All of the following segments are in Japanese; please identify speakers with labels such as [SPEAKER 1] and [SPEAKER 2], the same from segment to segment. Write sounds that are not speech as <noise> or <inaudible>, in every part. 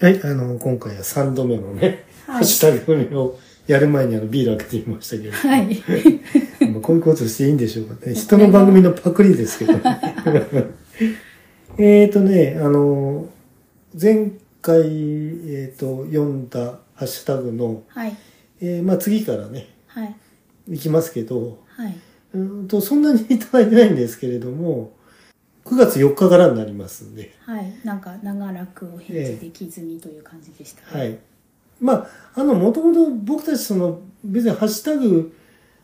[SPEAKER 1] はい、あの、今回は3度目のね、
[SPEAKER 2] はい
[SPEAKER 1] ハッシュタグの目をやる前にあのビール開けてみましたけど、
[SPEAKER 2] はい。
[SPEAKER 1] まあこういうことしていいんでしょうかね。人の番組のパクリですけど、
[SPEAKER 2] <laughs>
[SPEAKER 1] えーとね、あの、前回、えっ、と、読んだハッシュタグの、
[SPEAKER 2] はい。
[SPEAKER 1] えーまあ次からね、
[SPEAKER 2] はい。
[SPEAKER 1] いきますけど、
[SPEAKER 2] はい。
[SPEAKER 1] うーんと、そんなにいただいてないんですけれども、9月4日からになりますんで、
[SPEAKER 2] はい。なんか長らくお返事できずにという感じでした。
[SPEAKER 1] は。い。まあ、あの、もともと僕たちその、別にハッシュタグ、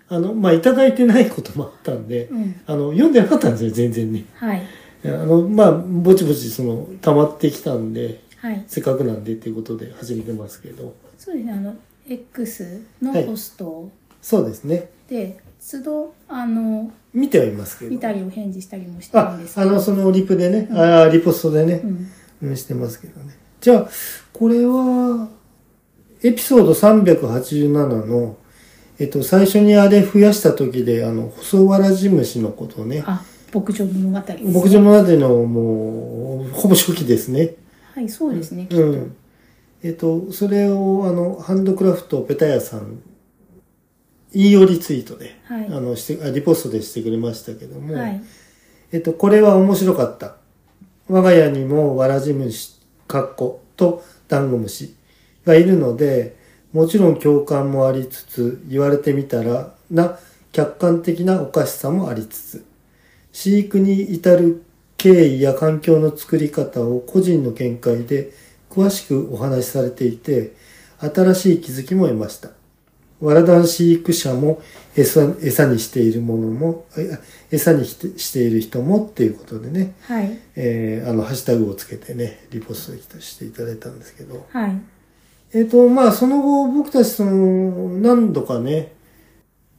[SPEAKER 1] あの、まあ、いただいてないこともあったんで、
[SPEAKER 2] うん。
[SPEAKER 1] あの、読んでなかったんですよ、全然ね。
[SPEAKER 2] はい。
[SPEAKER 1] あの、まあ、ぼちぼちその、溜まってきたんで、
[SPEAKER 2] はい。
[SPEAKER 1] せっかくなんでっていうことで始めてますけど。
[SPEAKER 2] そうですね。あの、X の
[SPEAKER 1] はい
[SPEAKER 2] ポスト
[SPEAKER 1] そうですね。
[SPEAKER 2] で、都度、あの、
[SPEAKER 1] 見てはいますけど。
[SPEAKER 2] 見たりお返事したりもしてる
[SPEAKER 1] あ
[SPEAKER 2] んです、
[SPEAKER 1] あ
[SPEAKER 2] けど。
[SPEAKER 1] の、そのリプでね、あーリポストでね
[SPEAKER 2] う、ん。
[SPEAKER 1] うんしてますけどね。じゃあ、これは、エピソード387の、えっと、最初にあれ増やした時で、あの、細わらじ虫のことをね、
[SPEAKER 2] あ、牧場物語です。
[SPEAKER 1] 牧場までのもう、ほぼ初期ですね。
[SPEAKER 2] はい、そうですね。
[SPEAKER 1] うん。えっと、それを、あの、ハンドクラフトペタヤさん、引用リツイートで、
[SPEAKER 2] はい
[SPEAKER 1] あの、して、あリポストでしてくれましたけども、
[SPEAKER 2] はい。
[SPEAKER 1] えっと、これは面白かった。我が家にもわらじ虫、かっことダンゴムシがいるので、もちろん共感もありつつ、言われてみたらな客観的なおかしさもありつつ、飼育に至る経緯や環境の作り方を個人の見解で詳しくお話しされていて、新しい気づきも得ました。ワラダン飼育者も餌餌にしているものも、あ餌にしてしている人もっていうことでね、
[SPEAKER 2] はい。
[SPEAKER 1] えーあの、ハッシュタグをつけてね、リポストしていただいたんですけど。
[SPEAKER 2] はい。
[SPEAKER 1] えっ、と、まあ、その後、僕たち、その、何度かね、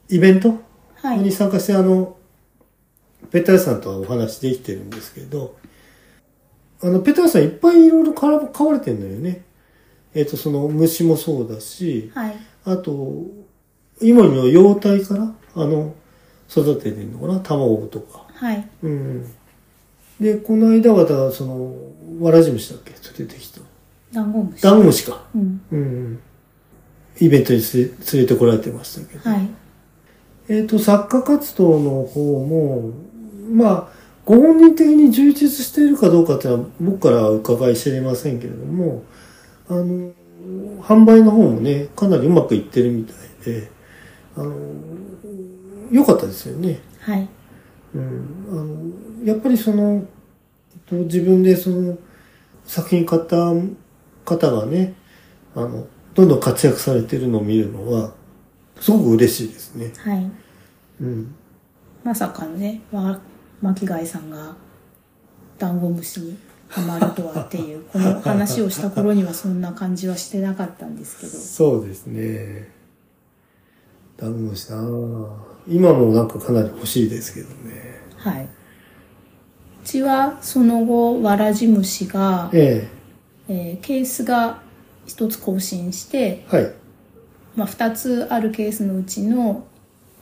[SPEAKER 1] イベント
[SPEAKER 2] は
[SPEAKER 1] に
[SPEAKER 2] い。
[SPEAKER 1] 参加して、あの、ペターさんとはお話できてるんですけど、あの、ペターさんいっぱいいろいろ買わ買われてるのよね。えっ、と、その、虫もそうだし、
[SPEAKER 2] はい。
[SPEAKER 1] あと、今の幼体から、あの、育ててるのかな卵とか。
[SPEAKER 2] はい。
[SPEAKER 1] うん。で、この間は、だからその、わらじ虫だっけ出てきた。
[SPEAKER 2] ダンゴムシ。
[SPEAKER 1] ダンゴムシか。
[SPEAKER 2] うん。
[SPEAKER 1] うん。イベントにつれ連れてこられてましたけど。
[SPEAKER 2] はい。
[SPEAKER 1] えっ、と、作家活動の方も、まあ、ご本人的に充実しているかどうかっていうのは僕からは伺い知れませんけれども、あの、販売の方もね、かなりうまくいってるみたいで、あの、良かったですよね。
[SPEAKER 2] はい。
[SPEAKER 1] うん。あの、やっぱりその、えっと自分でその、作品買った方がね、あの、どんどん活躍されてるのを見るのは、すごく嬉しいですね。
[SPEAKER 2] はい。
[SPEAKER 1] うん。
[SPEAKER 2] まさかのね、わ巻貝さんがダンゴムシにハマるとはっていう、この話をした頃にはそんな感じはしてなかったんですけど。
[SPEAKER 1] そうですね。ダンゴムシなあ今もなんかかなり欲しいですけどね。
[SPEAKER 2] はい。うちはその後、わらじ虫が、
[SPEAKER 1] え
[SPEAKER 2] えーケースが一つ更新して
[SPEAKER 1] え、はい。 <laughs>
[SPEAKER 2] まあ、二つあるケースのうちの、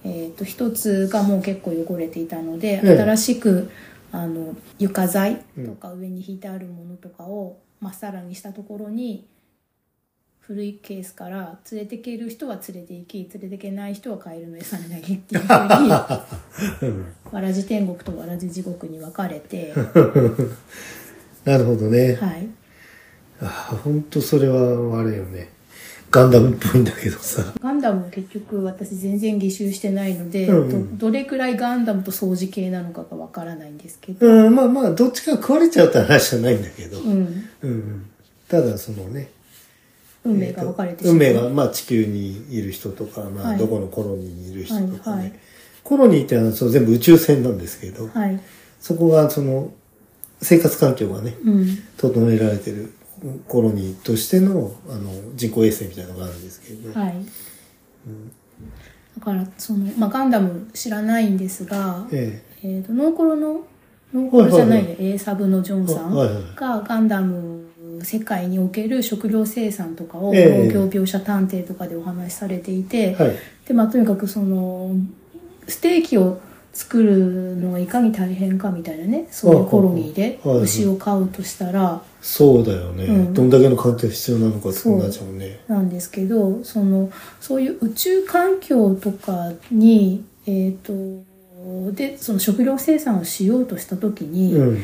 [SPEAKER 2] えっ、と、一つがもう結構汚れていたの
[SPEAKER 1] え
[SPEAKER 2] で、
[SPEAKER 1] え
[SPEAKER 2] 新しく、あの、床材とか上に引いてあるものとかを、まっさらにしたところに、古いケースから連れてける人は連れて行き、連れてけない人はカエルの餌になりってい
[SPEAKER 1] <laughs>
[SPEAKER 2] うふうに、わらじ天国とわらじ地獄に分か
[SPEAKER 1] <laughs>
[SPEAKER 2] れて、は
[SPEAKER 1] なるほどね。
[SPEAKER 2] い。
[SPEAKER 1] ああ本当それはあれよね。ガンダムっぽいんだけどさ。
[SPEAKER 2] ガンダムを結局私全然履修してないので、
[SPEAKER 1] うんうん
[SPEAKER 2] どどれくらいガンダムと掃除系なのかがわからないんですけど、
[SPEAKER 1] うん、まあまあ、どっちか食われちゃうって話じゃないんだけど。
[SPEAKER 2] う
[SPEAKER 1] うん
[SPEAKER 2] ん、
[SPEAKER 1] うん。ただそのね。
[SPEAKER 2] 運命が分かれて
[SPEAKER 1] えーと運命
[SPEAKER 2] う
[SPEAKER 1] が、まあ、地球にいる人とか、ま
[SPEAKER 2] は
[SPEAKER 1] あ、
[SPEAKER 2] い
[SPEAKER 1] どこのコロニーにいる人とかね。
[SPEAKER 2] はいはい
[SPEAKER 1] コロニーってのはその全部宇宙船なんですけど、
[SPEAKER 2] はい、
[SPEAKER 1] そこがその、生活環境がね、
[SPEAKER 2] うん、
[SPEAKER 1] 整えられてるコロニーとしてのあの人工衛星みたいなのがあるんですけど、
[SPEAKER 2] はい、だからその、まあ、ガンダム知らないんですが、えっ、
[SPEAKER 1] え
[SPEAKER 2] とノーコロのノーコロじゃないね、A サブのジョンさ
[SPEAKER 1] はいはいは
[SPEAKER 2] んがガンダム世界における食料生産とかを
[SPEAKER 1] ええ
[SPEAKER 2] 農業描写探偵とかでお話しされていて、
[SPEAKER 1] えはい
[SPEAKER 2] でまあとにかくそのステーキを作るのがいかに大変かみたいなねそういうコロニーで
[SPEAKER 1] はいはい
[SPEAKER 2] 牛を飼うとしたら
[SPEAKER 1] そうだよね、
[SPEAKER 2] うん
[SPEAKER 1] どんだけの鑑定が必要なのかって同じもんね
[SPEAKER 2] なんですけどそのそういう宇宙環境とかに、えー、とでその食料生産をしようとした時に、
[SPEAKER 1] うん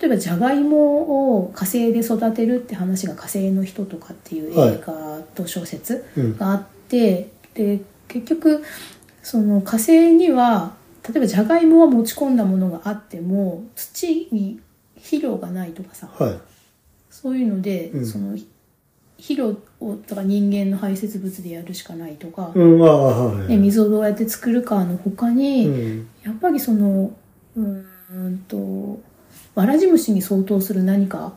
[SPEAKER 2] 例えばじゃがいもを火星で育てるって話が「火星の人」とかっていう映画と小説
[SPEAKER 1] うん
[SPEAKER 2] があって、で結局その火星には例えばじゃがいもは持ち込んだものがあっても土に肥料がないとかさ、
[SPEAKER 1] はい
[SPEAKER 2] そういうので、
[SPEAKER 1] うん
[SPEAKER 2] その肥料をとか人間の排泄物でやるしかないとか、
[SPEAKER 1] うんああはい
[SPEAKER 2] ね、水をどうやって作るかの他に、
[SPEAKER 1] うん
[SPEAKER 2] やっぱりそのうーんとわらじ虫に相当する何か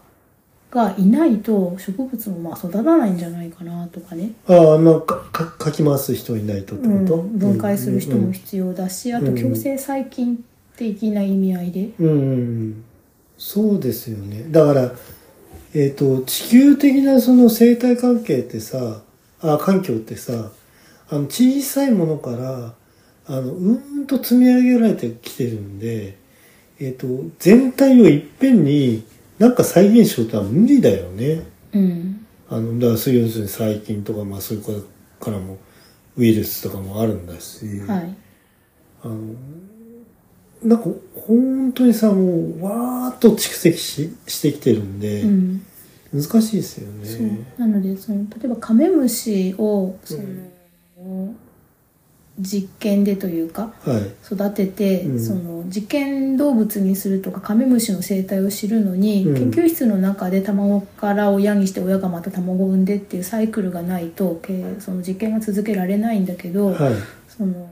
[SPEAKER 2] がいないと植物もまあ育たないんじゃないかなとかね、
[SPEAKER 1] ああまあかかかき回す人いないとって
[SPEAKER 2] う
[SPEAKER 1] こと、
[SPEAKER 2] ん、分解する人も
[SPEAKER 1] 必
[SPEAKER 2] 必要だし、
[SPEAKER 1] う
[SPEAKER 2] あ
[SPEAKER 1] ん
[SPEAKER 2] と共生細菌的な意味合いで。
[SPEAKER 1] 要うん、うん、そうですよねだからえっ、と地球的なその生態関係ってさあ環境ってさあの小さいものからあのうーんと積み上げられてきてるんで、えっと全体をいっぺんになんか再現しようとは無理だよね。
[SPEAKER 2] うん
[SPEAKER 1] あの、だからそういう要するに細菌とか、まあそういうことからも、ウイルスとかもあるんだし、
[SPEAKER 2] はい
[SPEAKER 1] あの、なんか本当にさ、もう、わーっと蓄積ししてきてるんで、
[SPEAKER 2] うん
[SPEAKER 1] 難しいですよ
[SPEAKER 2] そう
[SPEAKER 1] ね。
[SPEAKER 2] なのでその例えばカメムシをその、実験でというか
[SPEAKER 1] はい。
[SPEAKER 2] 育てて、
[SPEAKER 1] うん
[SPEAKER 2] その実験動物にするとかカメムシの生態を知るのに、
[SPEAKER 1] うん
[SPEAKER 2] 研究室の中で卵から親にして親がまた卵を産んでっていうサイクルがないとけその実験が続けられないんだけど、
[SPEAKER 1] はい。
[SPEAKER 2] その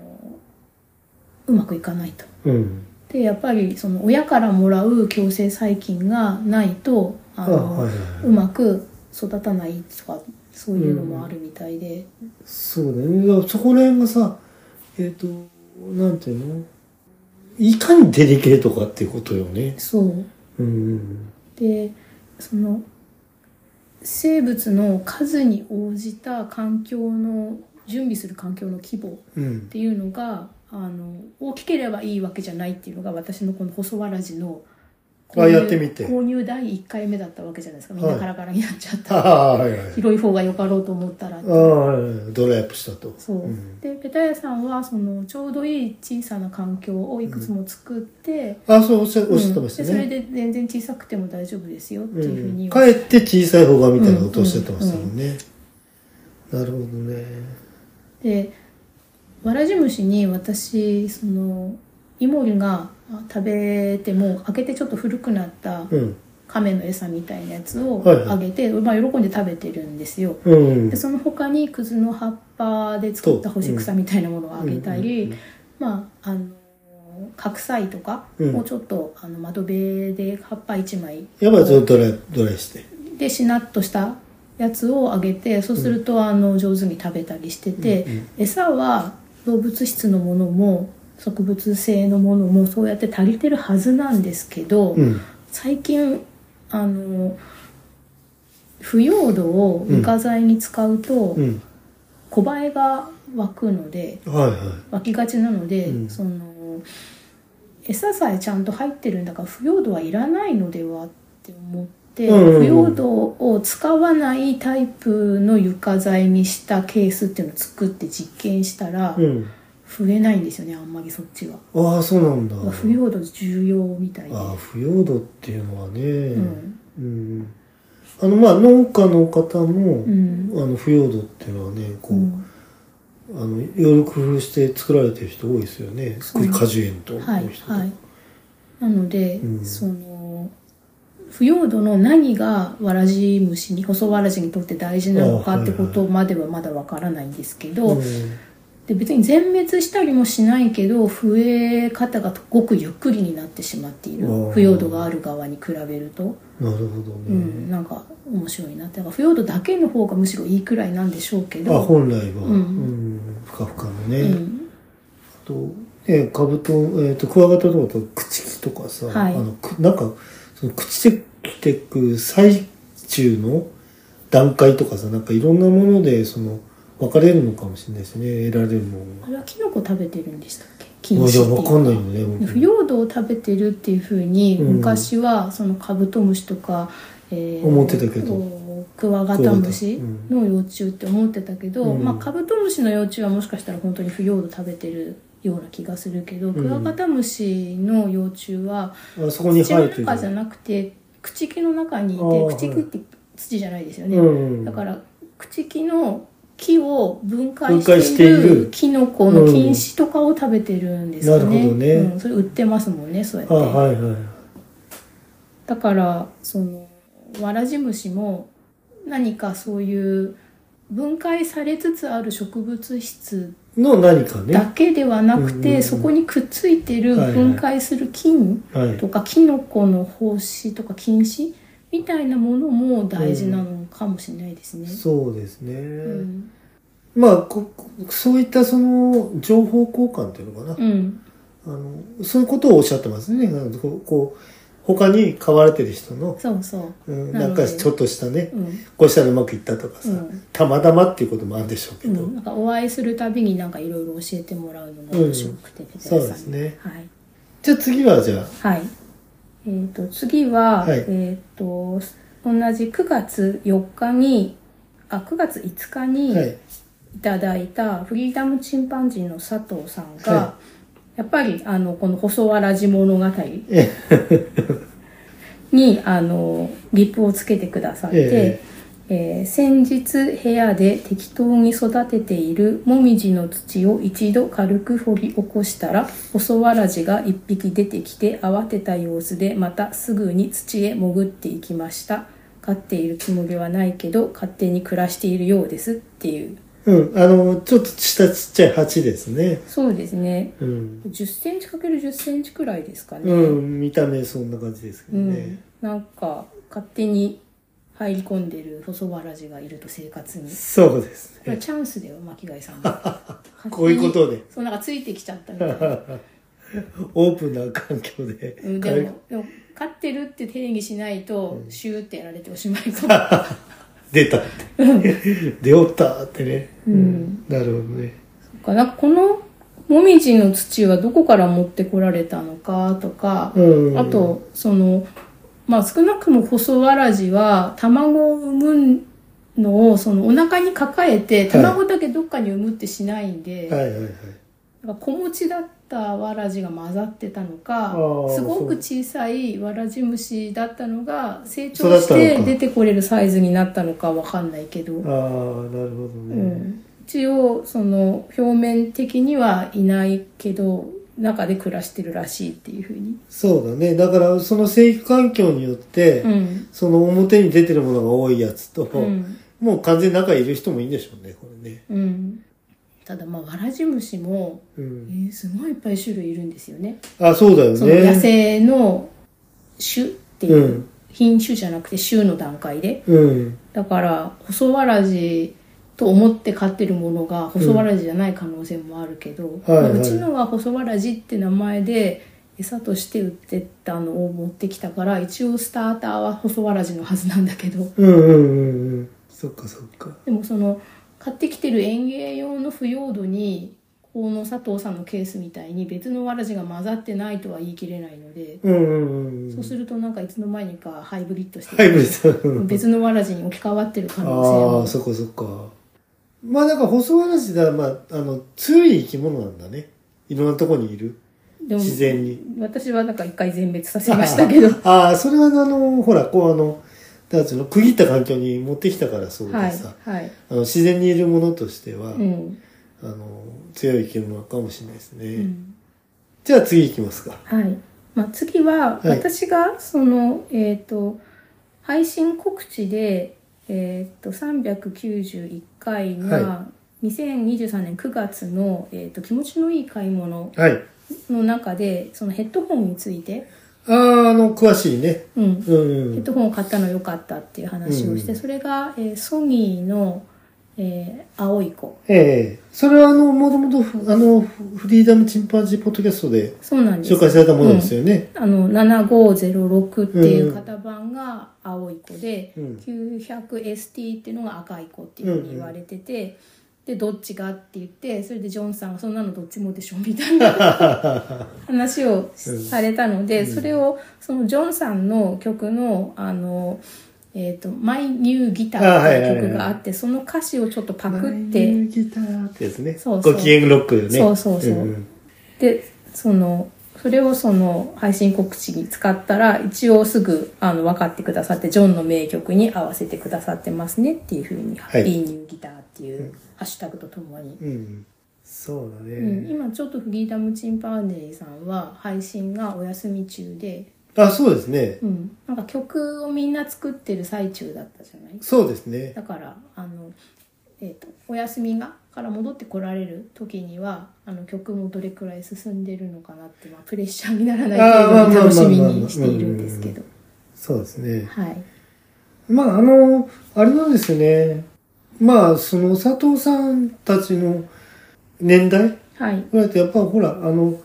[SPEAKER 2] うまくいかないと。
[SPEAKER 1] うん。
[SPEAKER 2] でやっぱりその親からもらう共生細菌がないとあ
[SPEAKER 1] あ
[SPEAKER 2] の
[SPEAKER 1] はいは
[SPEAKER 2] う
[SPEAKER 1] い。
[SPEAKER 2] まく育たないとかそういうのもあるみたいで、
[SPEAKER 1] そうだね。だからそこら辺がさ、えっ、と、なんていうのいかにデリケートかっていうことよね。
[SPEAKER 2] そう
[SPEAKER 1] うん。
[SPEAKER 2] でその生物の数に応じた環境の準備する環境の規模っ
[SPEAKER 1] うん。 <laughs>
[SPEAKER 2] ていうのがあの大きければいいわけじゃないっていうのが私のこの細わらじの
[SPEAKER 1] あやってみて
[SPEAKER 2] 購入第1回目だったわけじゃないですかみんな
[SPEAKER 1] はい
[SPEAKER 2] カラカラになっちゃった、
[SPEAKER 1] あーはいはい。
[SPEAKER 2] 広い方がよかろうと思ったら
[SPEAKER 1] ああドライアップしたと
[SPEAKER 2] そう、
[SPEAKER 1] ん
[SPEAKER 2] でペタヤさんはそのちょうどいい小さな環境をいくつも作って、
[SPEAKER 1] あそうおっしゃ
[SPEAKER 2] うん
[SPEAKER 1] おっしゃってました
[SPEAKER 2] でそれ
[SPEAKER 1] ね、
[SPEAKER 2] で全然小さくても大丈夫ですよって
[SPEAKER 1] う
[SPEAKER 2] いうふうに
[SPEAKER 1] ん、
[SPEAKER 2] は
[SPEAKER 1] かえって小さい方がみたいなことをおっしゃってましたもんね、なるほどね
[SPEAKER 2] でわらじ虫に私そのイモリがあ食べても開けてちょっと古くなった
[SPEAKER 1] うん
[SPEAKER 2] 亀の餌みたいなやつを
[SPEAKER 1] はいはい
[SPEAKER 2] あげて、まあ、喜んで食べてるんですよ
[SPEAKER 1] うん
[SPEAKER 2] でその他にクズの葉っぱで作った干し草みたいなものをあげたり、
[SPEAKER 1] うんうんうん
[SPEAKER 2] まああの白菜とか
[SPEAKER 1] うん
[SPEAKER 2] をちょっと、あの窓辺で葉っぱ1枚
[SPEAKER 1] やっぱりそれドライドライして
[SPEAKER 2] でしなっとしたやつをあげてそうすると、あの上手に食べたりしてて、
[SPEAKER 1] うんうん
[SPEAKER 2] 餌は動物質のものも植物性のものもそうやって足りてるはずなんですけど、
[SPEAKER 1] うん
[SPEAKER 2] 最近あの腐葉土を床材に使うと
[SPEAKER 1] うん
[SPEAKER 2] コバエが湧くので
[SPEAKER 1] はいはい
[SPEAKER 2] 湧きがちなので、
[SPEAKER 1] うん
[SPEAKER 2] その餌さえちゃんと入ってるんだから腐葉土はいらないのではって思って、
[SPEAKER 1] うんうんうん
[SPEAKER 2] 腐葉土を使わないタイプの床材にしたケースっていうのを作って実験したら、
[SPEAKER 1] うん
[SPEAKER 2] 増えないんですよねあんまりそっちは。
[SPEAKER 1] ああそうなんだ
[SPEAKER 2] 腐葉土重要みたいで。
[SPEAKER 1] ああ腐葉土っていうのはね
[SPEAKER 2] うん
[SPEAKER 1] うんあのまあ農家の方も、
[SPEAKER 2] うん
[SPEAKER 1] あの腐葉土っていうのはねこう、
[SPEAKER 2] うん
[SPEAKER 1] あのいろいろ工夫して作られてる人多いですよね
[SPEAKER 2] そうなんです
[SPEAKER 1] 果樹園と
[SPEAKER 2] はい
[SPEAKER 1] こういう人と
[SPEAKER 2] はい、なので、
[SPEAKER 1] うん
[SPEAKER 2] その腐葉土の何がわらじ虫に細わらじにとって大事なの
[SPEAKER 1] あ
[SPEAKER 2] か
[SPEAKER 1] はい
[SPEAKER 2] っ
[SPEAKER 1] はい
[SPEAKER 2] てことまではまだわからないんですけど、
[SPEAKER 1] うん
[SPEAKER 2] で別に全滅したりもしないけど増え方がごくゆっくりになってしまっている
[SPEAKER 1] あー
[SPEAKER 2] 腐葉土がある側に比べると、
[SPEAKER 1] なるほど
[SPEAKER 2] う
[SPEAKER 1] ね、
[SPEAKER 2] ん、なんか面白いなってだから腐葉土だけの方がむしろいいくらいなんでしょうけ
[SPEAKER 1] あ
[SPEAKER 2] ど。
[SPEAKER 1] 本来は、
[SPEAKER 2] うん
[SPEAKER 1] うんふかふかのね、
[SPEAKER 2] うん
[SPEAKER 1] あとねカブト、えー、とクワガタとかと朽ち木とかさ、
[SPEAKER 2] はい
[SPEAKER 1] あのくなんかその朽ちてきてく最中の段階とかさなんかいろんなものでその分かれるのかもしれないですね得られるものが
[SPEAKER 2] あれはキノコ食べてるんでしたっけ禁
[SPEAKER 1] もう
[SPEAKER 2] 止
[SPEAKER 1] いや
[SPEAKER 2] っていう
[SPEAKER 1] わかんないよね本当
[SPEAKER 2] 腐
[SPEAKER 1] に
[SPEAKER 2] 葉土を食べてるっていうふうに、
[SPEAKER 1] うん
[SPEAKER 2] 昔はそのカブトムシとか、えー
[SPEAKER 1] 思ってたけど
[SPEAKER 2] こうクワガタムシの幼虫って思ってたけど、
[SPEAKER 1] うん
[SPEAKER 2] まあ、カブトムシの幼虫はもしかしたら本当に腐葉土食べてるような気がするけど、
[SPEAKER 1] ん
[SPEAKER 2] クワガタムシの幼虫は
[SPEAKER 1] あそこに
[SPEAKER 2] 土の
[SPEAKER 1] 生えてる
[SPEAKER 2] 中じゃなくて朽木の中にいて
[SPEAKER 1] あー
[SPEAKER 2] 朽木って土じゃないですよね、
[SPEAKER 1] うん
[SPEAKER 2] だから朽木の木を分解
[SPEAKER 1] 分解
[SPEAKER 2] し
[SPEAKER 1] して
[SPEAKER 2] て
[SPEAKER 1] い
[SPEAKER 2] い
[SPEAKER 1] る
[SPEAKER 2] るキノコの菌糸とかを食べてるんですかね。
[SPEAKER 1] なるほどね
[SPEAKER 2] うん、それ売ってますもんね、そうやっ
[SPEAKER 1] あ
[SPEAKER 2] て。
[SPEAKER 1] はいはい
[SPEAKER 2] だからそのわらじ虫も何かそういう分解されつつある植物質
[SPEAKER 1] の何かね
[SPEAKER 2] だけではなく
[SPEAKER 1] うん
[SPEAKER 2] て、
[SPEAKER 1] うんうん
[SPEAKER 2] そこにくっついてる
[SPEAKER 1] はいはい
[SPEAKER 2] 分解する菌
[SPEAKER 1] はい
[SPEAKER 2] とか、キノコの胞子とか菌糸みたいなものも大事なのかもしれないですね。
[SPEAKER 1] そうですね、
[SPEAKER 2] うん
[SPEAKER 1] まあこそういったその情報交換っていうのかな、
[SPEAKER 2] うん
[SPEAKER 1] あのそういうことをおっしゃってますねあのこうこう他に飼われてる人の、
[SPEAKER 2] そうそう。
[SPEAKER 1] うん、
[SPEAKER 2] な
[SPEAKER 1] な
[SPEAKER 2] る
[SPEAKER 1] ん
[SPEAKER 2] ほど
[SPEAKER 1] かちょっとしたね、
[SPEAKER 2] うん。
[SPEAKER 1] こうしたらうまくいったとかさ、
[SPEAKER 2] うん
[SPEAKER 1] たまたまっていうこともあるでしょうけ
[SPEAKER 2] う
[SPEAKER 1] ど、
[SPEAKER 2] ん、なんかお会いするたびになんかいろいろ教えてもらうのが面白くて、ペテラさん
[SPEAKER 1] そうですね
[SPEAKER 2] はい。
[SPEAKER 1] じゃあ次はじゃあ
[SPEAKER 2] はい。えっ、と、次は、
[SPEAKER 1] はい
[SPEAKER 2] えっ、と、同じ9月4日に、あ、9月5日に
[SPEAKER 1] はい
[SPEAKER 2] いただいたフリーダムチンパンジーの佐藤さんが、
[SPEAKER 1] は
[SPEAKER 2] やっぱり、あの、この細わらじ物語
[SPEAKER 1] え <laughs>
[SPEAKER 2] に、あの、リップをつけてくださって、
[SPEAKER 1] え
[SPEAKER 2] えー先日部屋で適当に育てているもみじの土を一度軽く掘り起こしたら細わらじが一匹出てきて慌てた様子でまたすぐに土へ潜っていきました飼っているつもりはないけど勝手に暮らしているようですっていう
[SPEAKER 1] うんあのちょっとしたちっちゃい鉢ですね
[SPEAKER 2] そうですね
[SPEAKER 1] うん、
[SPEAKER 2] 1 0ンチ× 1 0ンチくらいですかね、
[SPEAKER 1] うん、見た目そんな感じですけ
[SPEAKER 2] う
[SPEAKER 1] ど
[SPEAKER 2] ん
[SPEAKER 1] ね、
[SPEAKER 2] なんか勝手に入り込んでる細わらじがいると生活に
[SPEAKER 1] そうです
[SPEAKER 2] これ
[SPEAKER 1] ね
[SPEAKER 2] はチャンスだよ巻貝さんが
[SPEAKER 1] <laughs> こういうことで
[SPEAKER 2] そうなんかついてきちゃったみ
[SPEAKER 1] <laughs>
[SPEAKER 2] たいな、
[SPEAKER 1] オープンな環境で、
[SPEAKER 2] うん、で
[SPEAKER 1] 軽く
[SPEAKER 2] もでも飼ってるって定義しないと、シューってやられておしまいかも <laughs>
[SPEAKER 1] 出たって <laughs> 出おったってね、
[SPEAKER 2] うん
[SPEAKER 1] なるほどね
[SPEAKER 2] そっかなんかこのもみじの土はどこから持ってこられたのかとか、
[SPEAKER 1] うん
[SPEAKER 2] あとそのまあ少なくも細わらじは卵を産むのをそのお腹に抱えて卵だけどっかに産むってしないんで、
[SPEAKER 1] はいはいはい
[SPEAKER 2] なんか子持ちだったわらじが混ざってたのか
[SPEAKER 1] あー
[SPEAKER 2] すご
[SPEAKER 1] そう
[SPEAKER 2] く小さいわらじ虫だったのが成
[SPEAKER 1] 育
[SPEAKER 2] 長
[SPEAKER 1] っ
[SPEAKER 2] した
[SPEAKER 1] のか
[SPEAKER 2] て出てこれるサイズになったのかわかんないけど、
[SPEAKER 1] ああなるほど
[SPEAKER 2] う
[SPEAKER 1] ね、
[SPEAKER 2] ん、一応その表面的にはいないけど中で暮らしてるらしいっていうふうに、
[SPEAKER 1] そうだねだからその生育環境によって、
[SPEAKER 2] うん
[SPEAKER 1] その表に出てるものが多いやつと、
[SPEAKER 2] うん
[SPEAKER 1] もう完全に中にいる人もいいんでしょうねこれね、
[SPEAKER 2] うん、ただまあわらじ虫も、
[SPEAKER 1] う
[SPEAKER 2] え
[SPEAKER 1] ん、
[SPEAKER 2] ーすごいいっぱい種類いるんですよね。
[SPEAKER 1] あそうだよね
[SPEAKER 2] その野生の種っていう、
[SPEAKER 1] うん
[SPEAKER 2] 品種じゃなくて種の段階で。
[SPEAKER 1] うん
[SPEAKER 2] だから細わらじと思って飼ってるものが細わらじじゃない可能性もあるけど、う
[SPEAKER 1] はいはいう
[SPEAKER 2] ちのは細わらじって名前で餌として売ってたのを持ってきたから一応スターターは細わらじのはずなんだけど
[SPEAKER 1] うんうんうんうんそっかそっか
[SPEAKER 2] でもその買ってきてる園芸用の腐葉土にこの佐藤さんのケースみたいに別のわらじが混ざってないとは言い切れないので、
[SPEAKER 1] うんうんう
[SPEAKER 2] そうんするとなんかいつの間にかハイブリッドして
[SPEAKER 1] ハイブリッド
[SPEAKER 2] 別のわらじに置き換わってる可能性
[SPEAKER 1] あ
[SPEAKER 2] も
[SPEAKER 1] あそっかそっかまあなんか細話ではまああの強い生き物なんだねいろんなとこにいる
[SPEAKER 2] でも
[SPEAKER 1] 自然に
[SPEAKER 2] 私はなんか一回全滅させましたけど
[SPEAKER 1] あ <laughs> あそれはあのほらこうあのなんつうの区切った環境に持ってきたからそうで
[SPEAKER 2] はい
[SPEAKER 1] さ、
[SPEAKER 2] はい、
[SPEAKER 1] あの自然にいるものとしては、
[SPEAKER 2] うん
[SPEAKER 1] あの強い生き物かもしれないですね、
[SPEAKER 2] うん
[SPEAKER 1] じゃあ次行きますか
[SPEAKER 2] はいまあ、次は
[SPEAKER 1] はい
[SPEAKER 2] 私がその、えっ、と配信告知で、えっと391回
[SPEAKER 1] は
[SPEAKER 2] が2023年9月の、えっと気持ちのいい買い物
[SPEAKER 1] はい
[SPEAKER 2] の中でそのヘッドホンについて、
[SPEAKER 1] あああの詳しいね
[SPEAKER 2] うん、
[SPEAKER 1] うんう
[SPEAKER 2] ヘッ
[SPEAKER 1] ん
[SPEAKER 2] ドホンを買ったの良かったっていう話をして、
[SPEAKER 1] うん
[SPEAKER 2] それが、えーソニーの、えー青い子
[SPEAKER 1] ええそれはあのもともとふあのフフリーダムチンパンジーポッドキャストで
[SPEAKER 2] そうなんです
[SPEAKER 1] 紹介されたものですよね、
[SPEAKER 2] あの7506っていう型番が青い子で、
[SPEAKER 1] うん
[SPEAKER 2] 900ST っていうのが赤い子っていうふうに言われてて、でどっちがって言ってそれでジョンさんはそんなのどっちもでしょみたいな
[SPEAKER 1] <laughs>
[SPEAKER 2] 話をされたので、それをそのジョンさんの曲の「あのえー、とマイ・ニュー・ギター」っていう曲が
[SPEAKER 1] あはいは
[SPEAKER 2] あって、
[SPEAKER 1] いはい
[SPEAKER 2] その歌詞をちょっとパクっ
[SPEAKER 1] マイ
[SPEAKER 2] て
[SPEAKER 1] ニューギターってやつね。
[SPEAKER 2] そうそう
[SPEAKER 1] ご機嫌ロックよね。
[SPEAKER 2] そうそうそうんでそのそれをその配信告知に使ったら一応すぐあの分かってくださってジョンの名曲に合わせてくださってますねっていうふうに「ハ
[SPEAKER 1] はい
[SPEAKER 2] ッピーニューギター」っていうハッシュタグとともに
[SPEAKER 1] うん。うんそうだ
[SPEAKER 2] うん、
[SPEAKER 1] ね。
[SPEAKER 2] 今ちょっとフリーダムチンパンジーさんは配信がお休み中で、
[SPEAKER 1] あ、そうですね。
[SPEAKER 2] うん、なんか曲をみんな作ってる最中だったじゃない
[SPEAKER 1] そうですね。
[SPEAKER 2] だからあの、えー、とお休みがから戻ってこられる時にはあの曲もどれくらい進んでるのかなって、まあ、プレッシャーにならない程度に楽しみにしているんですけど
[SPEAKER 1] そうですね。
[SPEAKER 2] はい
[SPEAKER 1] まあ、あの、あれなんですよね。まあ、その佐藤さんたちの年代
[SPEAKER 2] はい
[SPEAKER 1] ぐらいってやっぱほら、あの、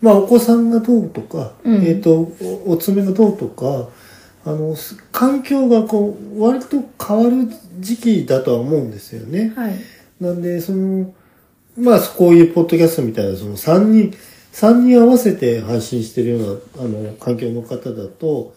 [SPEAKER 1] まあ、お子さんがどうとか、
[SPEAKER 2] うん
[SPEAKER 1] えっ、と、おお爪がどうとか、あの、す環境がこう、割と変わる時期だとは思うんですよね。
[SPEAKER 2] はい
[SPEAKER 1] なんで、その、まあ、こういうポッドキャストみたいな、その3人、三人合わせて配信してるような、あの、環境の方だと、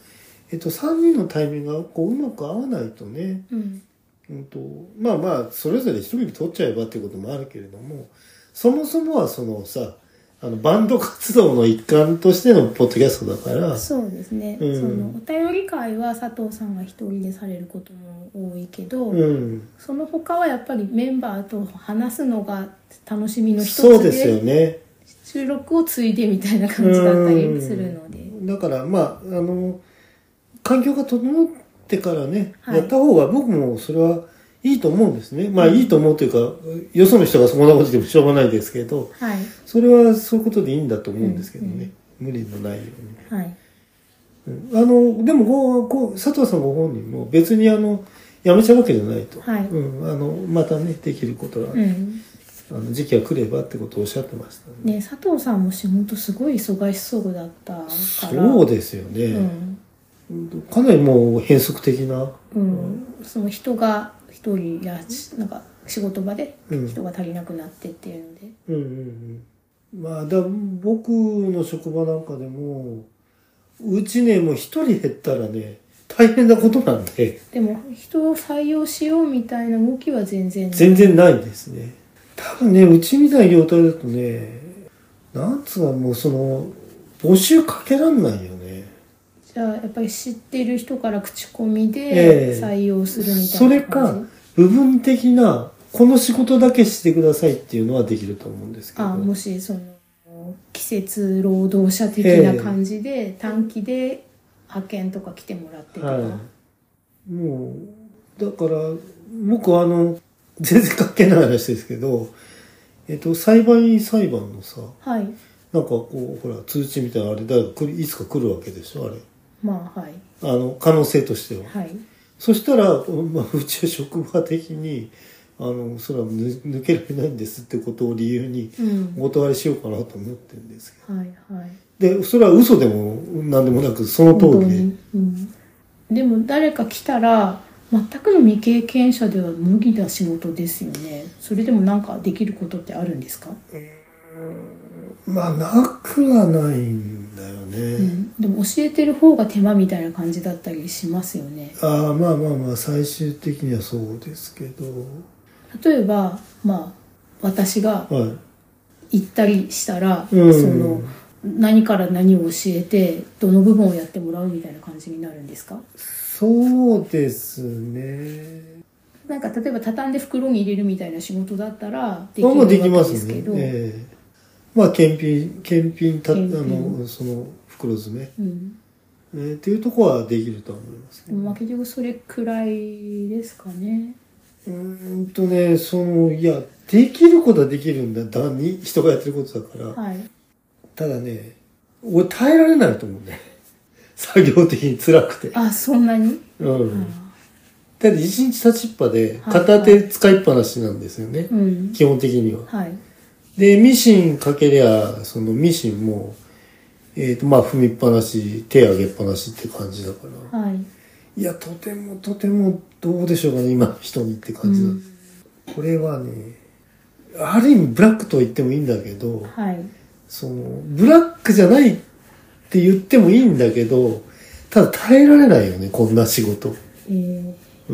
[SPEAKER 1] えっと、3人のタイミングがこう、うまく合わないとね、
[SPEAKER 2] うん
[SPEAKER 1] うんと、まあまあ、それぞれ一人で撮っちゃえばっていうこともあるけれども、そもそもはそのさ、あの、バンド活動の一環としてのポッドキャストだから、
[SPEAKER 2] そうですね、
[SPEAKER 1] うん
[SPEAKER 2] そのお便り会は佐藤さんが一人でされることも多いけど、
[SPEAKER 1] うん。
[SPEAKER 2] その他はやっぱりメンバーと話すのが楽しみの一
[SPEAKER 1] そう
[SPEAKER 2] つ
[SPEAKER 1] で
[SPEAKER 2] です
[SPEAKER 1] よね。
[SPEAKER 2] 収録を継いでみたいな感じだったりするので
[SPEAKER 1] だからまああの環境が整ってからね、
[SPEAKER 2] はい
[SPEAKER 1] やった方が僕もそれはいいと思うんですねまあいいと思うというかよその人がそんなことでもしょうがないですけど
[SPEAKER 2] はい
[SPEAKER 1] それはそういうことでいいんだと思うんですけどね、無理のないよ
[SPEAKER 2] はい、
[SPEAKER 1] うに、うんあのでもこうこう佐藤さんご本人も別にあのやめちゃうわけじゃないと、
[SPEAKER 2] はい
[SPEAKER 1] うん、あのまたねできることが、
[SPEAKER 2] うん
[SPEAKER 1] あの時期が来ればってことをおっしゃってましたね
[SPEAKER 2] ね、佐藤さんも仕事すごい忙しそうだったから
[SPEAKER 1] そうですよね、
[SPEAKER 2] うん
[SPEAKER 1] かなりもう変則的な
[SPEAKER 2] うん、その人が一人やしなんか仕事場で
[SPEAKER 1] うん
[SPEAKER 2] 人が足りなくなってっていうので、
[SPEAKER 1] うんうんうんまあだ僕の職場なんかでもうちねもう一人減ったらね大変なことなんで
[SPEAKER 2] でも人を採用しようみたいな動きは全然ない
[SPEAKER 1] 全然ないですね多分ねうちみたいな業態だとねなんつうかもうその募集かけらんないよね
[SPEAKER 2] じゃあやっぱり知ってる人から口コミ
[SPEAKER 1] ええ
[SPEAKER 2] で採用するみたいな感じ、
[SPEAKER 1] それか部分的なこの仕事だけしてくださいっていうのはできると思うんですけど
[SPEAKER 2] あもしその季節労働者的な感じで短期で派遣とか来てもらってとか、
[SPEAKER 1] はい、もうだから僕はあの全然関係ない話ですけど、えっと、裁判員裁判のさ
[SPEAKER 2] はい
[SPEAKER 1] なんかこうほら通知みたいなあれだ来るいつか来るわけでしょあれ
[SPEAKER 2] まあはい
[SPEAKER 1] あの可能性としては、
[SPEAKER 2] はい
[SPEAKER 1] そしたら、まあ、うちは職場的にあのそれは抜抜けられないんですってことを理由に
[SPEAKER 2] うん
[SPEAKER 1] お断りしようかなと思ってるんですけ
[SPEAKER 2] はいはい
[SPEAKER 1] どでそれは嘘でも何でもなくその通りで、
[SPEAKER 2] うん、でも誰か来たら全くの未経験者では無理な仕事ですよねそれでもなんかできることってあるんですか、
[SPEAKER 1] まあなくはないんだよね、
[SPEAKER 2] うん、でも教えてる方が手間みたいな感じだったりしますよね
[SPEAKER 1] ああまあまあまあ最終的にはそうですけど
[SPEAKER 2] 例えばまあ私が
[SPEAKER 1] は
[SPEAKER 2] 行ったりしたら、
[SPEAKER 1] うん
[SPEAKER 2] その何から何を教えてどの部分をやってもらうみたいな感じになるんですか
[SPEAKER 1] いそうですね
[SPEAKER 2] なんか例えば畳んで袋に入れるみたいな仕事だったらで
[SPEAKER 1] まあまあできま
[SPEAKER 2] わけですすけ
[SPEAKER 1] ね
[SPEAKER 2] ど、
[SPEAKER 1] ええまあ検品検品た
[SPEAKER 2] 検品
[SPEAKER 1] あのその袋詰め、
[SPEAKER 2] うん、
[SPEAKER 1] えーっていうところはできるとは思いますけ
[SPEAKER 2] で
[SPEAKER 1] ど
[SPEAKER 2] もまあ結局それくらいですかね
[SPEAKER 1] うーんとねそのいやできることはできるんだだに人がやってることだから、
[SPEAKER 2] はい
[SPEAKER 1] ただね俺耐えられないと思うね作業的に辛くて
[SPEAKER 2] あそんなに、
[SPEAKER 1] うん、
[SPEAKER 2] あ
[SPEAKER 1] だって一日立ちっぱで
[SPEAKER 2] はい
[SPEAKER 1] 片手使いっぱなしなんですよね、
[SPEAKER 2] うん
[SPEAKER 1] 基本的には。
[SPEAKER 2] はい
[SPEAKER 1] で、ミシンかけりゃ、そのミシンも、えっ、と、まあ踏みっぱなし、手上げっぱなしって感じだから。
[SPEAKER 2] はい
[SPEAKER 1] いや、とてもとてもどうでしょうかね、今の人にって感じだ、
[SPEAKER 2] うん
[SPEAKER 1] これはね、ある意味ブラックと言ってもいいんだけど、
[SPEAKER 2] はい
[SPEAKER 1] その、ブラックじゃないって言ってもいいんだけど、ただ耐えられないよね、こんな仕事。
[SPEAKER 2] えー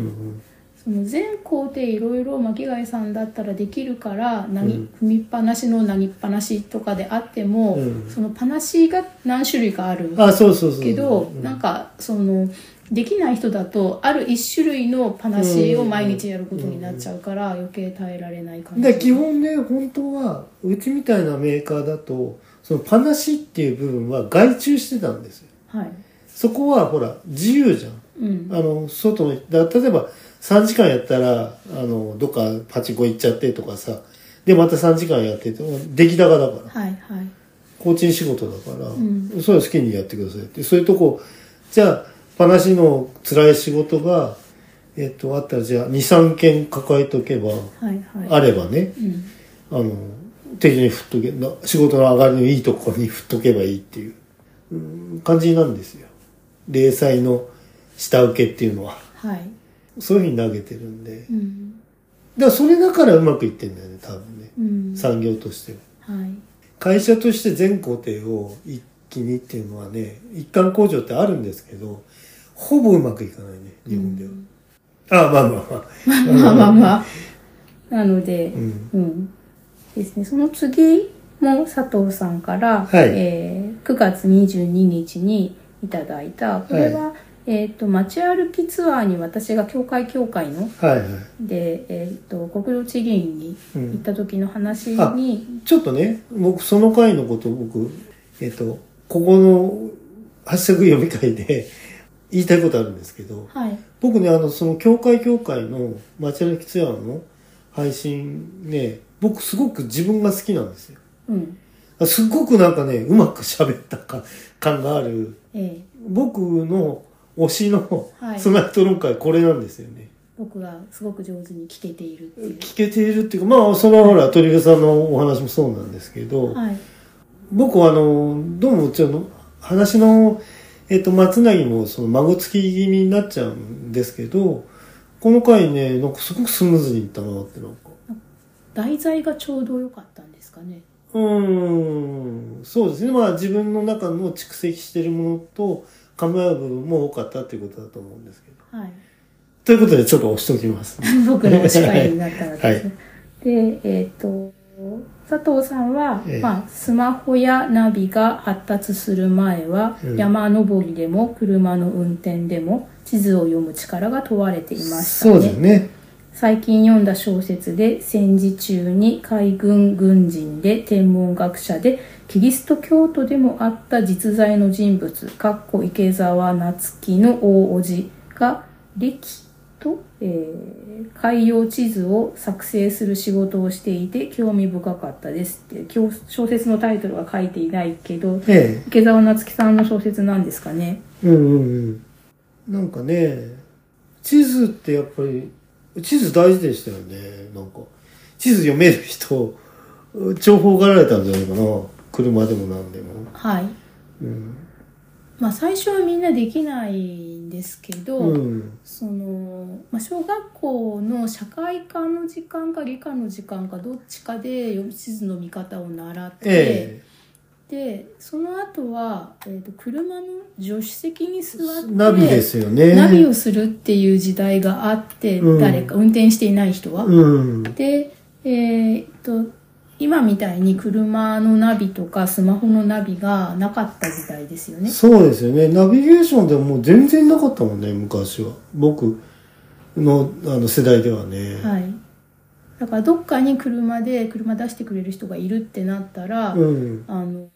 [SPEAKER 1] うんうん、
[SPEAKER 2] その全工程いろいろ巻貝さんだったらできるからなぎ、
[SPEAKER 1] うん
[SPEAKER 2] 踏みっぱなしのなぎっぱなしとかであっても、
[SPEAKER 1] うん
[SPEAKER 2] そのパナシが何種類かある
[SPEAKER 1] あ、そうそうそう。
[SPEAKER 2] けど、
[SPEAKER 1] うん
[SPEAKER 2] なんかそのできない人だとある一種類のパナシを毎日やることになっちゃうから、余計耐えられない感じ
[SPEAKER 1] で基本ね本当はうちみたいなメーカーだとそのパナシっていう部分は外注してたんですよ
[SPEAKER 2] はい
[SPEAKER 1] そこはほら自由じゃん
[SPEAKER 2] うん
[SPEAKER 1] あの外のだ例えば3時間やったらあのどっかパチンコ行っちゃってとかさでまた3時間やってと出来高だから
[SPEAKER 2] はいはい
[SPEAKER 1] 工賃仕事だから、
[SPEAKER 2] ん
[SPEAKER 1] それは好きにやってくださいってそういうとこじゃあパナシの辛い仕事が、えっと、あったらじゃあ23件抱えとけば、
[SPEAKER 2] はいはい
[SPEAKER 1] あればね
[SPEAKER 2] うん
[SPEAKER 1] あの、適当に振っとけな、仕事の上がりのいいとこに振っとけばいいっていう、うん感じなんですよ。零細の下請けっていうのは。
[SPEAKER 2] はい
[SPEAKER 1] そういうふうに投げてるんで。だか
[SPEAKER 2] うん
[SPEAKER 1] らそれだからうまくいってんだよね、多分ね。
[SPEAKER 2] うん
[SPEAKER 1] 産業としては。
[SPEAKER 2] はい
[SPEAKER 1] 会社として全工程を一気にっていうのはね、一貫工場ってあるんですけど、ほぼうまくいかないね、日本では。あまあまあまあ。
[SPEAKER 2] まあまあまあなので、
[SPEAKER 1] うん。
[SPEAKER 2] うん、ですね。その次も佐藤さんか
[SPEAKER 1] は
[SPEAKER 2] ら、
[SPEAKER 1] い
[SPEAKER 2] えー9月22日にいただいた、これは、えっ、と、街歩きツアーに私が教会協会の、
[SPEAKER 1] はいはい。
[SPEAKER 2] で、えっ、と、国土地理院に
[SPEAKER 1] うん
[SPEAKER 2] 行った時の話に、
[SPEAKER 1] あちょっとね、僕、その回のこと、僕、えっ、と、ここの、ハッシュタグ読み会で言いたいことあるんですけど、
[SPEAKER 2] はい、
[SPEAKER 1] 僕ね、あの、その、教会教会の街歩きツアーの配信ね、僕、すごく自分が好きなんですよ。
[SPEAKER 2] うん、
[SPEAKER 1] すっごくなんかね、うまく喋ったか感がある、
[SPEAKER 2] えー
[SPEAKER 1] 僕の推しの
[SPEAKER 2] はい
[SPEAKER 1] スナイト論会、これなんですよね。
[SPEAKER 2] 僕がすごく上手に聞けているっていう。
[SPEAKER 1] 聞けているっていうか、まあ、それはほら、鳥部さんのお話もそうなんですけど、
[SPEAKER 2] はい、
[SPEAKER 1] 僕はあのどうもちょっと話の、えっと松永もその孫つき気味になっちゃうんですけどこの回ねなんかすごくスムーズにいったなってなんか
[SPEAKER 2] 題材がちょうど良かったんですかね。
[SPEAKER 1] うーんそうですねまあ自分の中の蓄積してるものと噛み合う部分も多かったっていうことだと思うんですけど <laughs>
[SPEAKER 2] はい。
[SPEAKER 1] ということでちょっと押しときます
[SPEAKER 2] 僕のお芝居になったわけですね。で、えっ、と、佐藤さんは、
[SPEAKER 1] ええ
[SPEAKER 2] まあ、スマホやナビが発達する前は、
[SPEAKER 1] うん
[SPEAKER 2] 山登りでも車の運転でも地図を読む力が問われていました
[SPEAKER 1] そうですね
[SPEAKER 2] 最近読んだ小説で戦時中に海軍軍人で天文学者でキリスト教徒でもあった実在の人物かっこ池澤夏樹の大叔父が歴と、えー海洋地図を作成する仕事をしていて興味深かったですって今日小説のタイトルは書いていないけど
[SPEAKER 1] え
[SPEAKER 2] 池澤夏樹さんの小説なんですかね
[SPEAKER 1] えうんうんうんなんかね地図ってやっぱり地図大事でしたよねなんか地図読める人情報がられたんじゃないかな車でも何でも、
[SPEAKER 2] はい
[SPEAKER 1] うん
[SPEAKER 2] まあ最初はみんなできないんですけど、
[SPEAKER 1] うん、
[SPEAKER 2] その、まあ、小学校の社会科の時間か理科の時間かどっちかでよ地図の見方を習って、
[SPEAKER 1] え
[SPEAKER 2] でその後は、えー、と車の助手席に座
[SPEAKER 1] え
[SPEAKER 2] って
[SPEAKER 1] ナビですよね
[SPEAKER 2] ナビをするっていう時代があって、
[SPEAKER 1] うん
[SPEAKER 2] 誰か運転していない人は。
[SPEAKER 1] うん
[SPEAKER 2] で、えーっと今みたいに車のナビとかスマホのナビがなかった時代ですよね。
[SPEAKER 1] そうですよねナビゲーションでももう全然なかったもんね昔は僕のあの世代ではね、
[SPEAKER 2] はい、だからどっかに車で車出してくれる人がいるってなったら、
[SPEAKER 1] うん
[SPEAKER 2] あの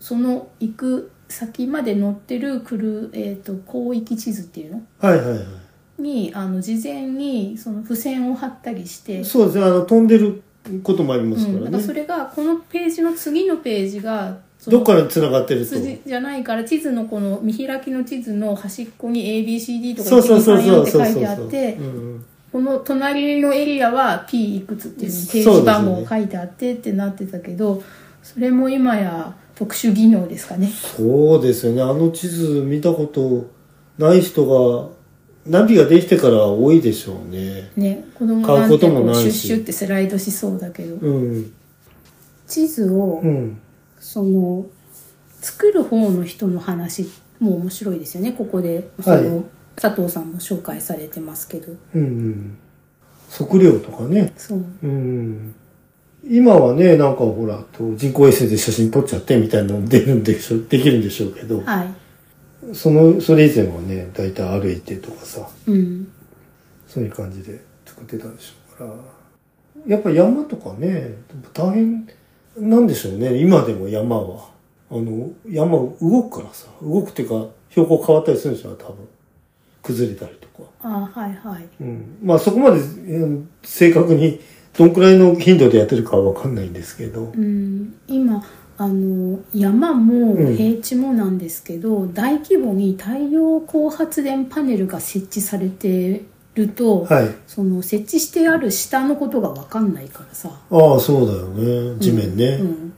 [SPEAKER 2] その行く先まで乗ってるくる、えー、と広域地図っていうの
[SPEAKER 1] はいはいはい
[SPEAKER 2] にあの事前にその付箋を貼ったりして。
[SPEAKER 1] そうですねあの飛んでることもありますか
[SPEAKER 2] う
[SPEAKER 1] らね、
[SPEAKER 2] ん、だからそれがこのページの次のページがその
[SPEAKER 1] どっから繋がってると。
[SPEAKER 2] 数字じゃないから地図のこの見開きの地図の端っこに ABCD とか
[SPEAKER 1] そうそうそうそ
[SPEAKER 2] 1234
[SPEAKER 1] う
[SPEAKER 2] って
[SPEAKER 1] そ
[SPEAKER 2] 書
[SPEAKER 1] うそ
[SPEAKER 2] い
[SPEAKER 1] う
[SPEAKER 2] てあって
[SPEAKER 1] うんうん
[SPEAKER 2] この隣のエリアは P いくつっていう
[SPEAKER 1] そう
[SPEAKER 2] ページ番号書いてあってってなってたけどそれも今や特殊技能ですかね
[SPEAKER 1] そうですよねあの地図見たことない人がナビができてからは多いでしょうね。
[SPEAKER 2] ね子供
[SPEAKER 1] 買
[SPEAKER 2] な
[SPEAKER 1] うんこと
[SPEAKER 2] てこ
[SPEAKER 1] も
[SPEAKER 2] う
[SPEAKER 1] ないし
[SPEAKER 2] シュッシュってスライドしそうだけど
[SPEAKER 1] うん。
[SPEAKER 2] 地図を、
[SPEAKER 1] うん。
[SPEAKER 2] その作る方の人の話も面白いですよねここでその、
[SPEAKER 1] はい
[SPEAKER 2] 佐藤さんも紹介されてますけど
[SPEAKER 1] うん、うん。測量とかね。
[SPEAKER 2] そう
[SPEAKER 1] うん。今はね、なんかほら、と人工衛星で写真撮っちゃってみたいなの出るんでしょ、できるんでしょうけど、
[SPEAKER 2] はい
[SPEAKER 1] その、それ以前はね、だいたい歩いてとかさ、
[SPEAKER 2] うん
[SPEAKER 1] そういう感じで作ってたんでしょうから。やっぱ山とかね、大変なんでしょうね、今でも山は。あの、山動くからさ、動くっていうか、標高変わったりするんでしょう、多分。崩れたりとか。
[SPEAKER 2] あはいはい
[SPEAKER 1] うん、まあそこまでうん正確にどんくらいの頻度でやってるかはわかんないんですけど、
[SPEAKER 2] うん今あの山も平地もなんですけど、大規模に太陽光発電パネルが設置されてると、
[SPEAKER 1] はい
[SPEAKER 2] その設置してある下のことが分かんないからさ
[SPEAKER 1] ああそうだよね地面ね、
[SPEAKER 2] うん、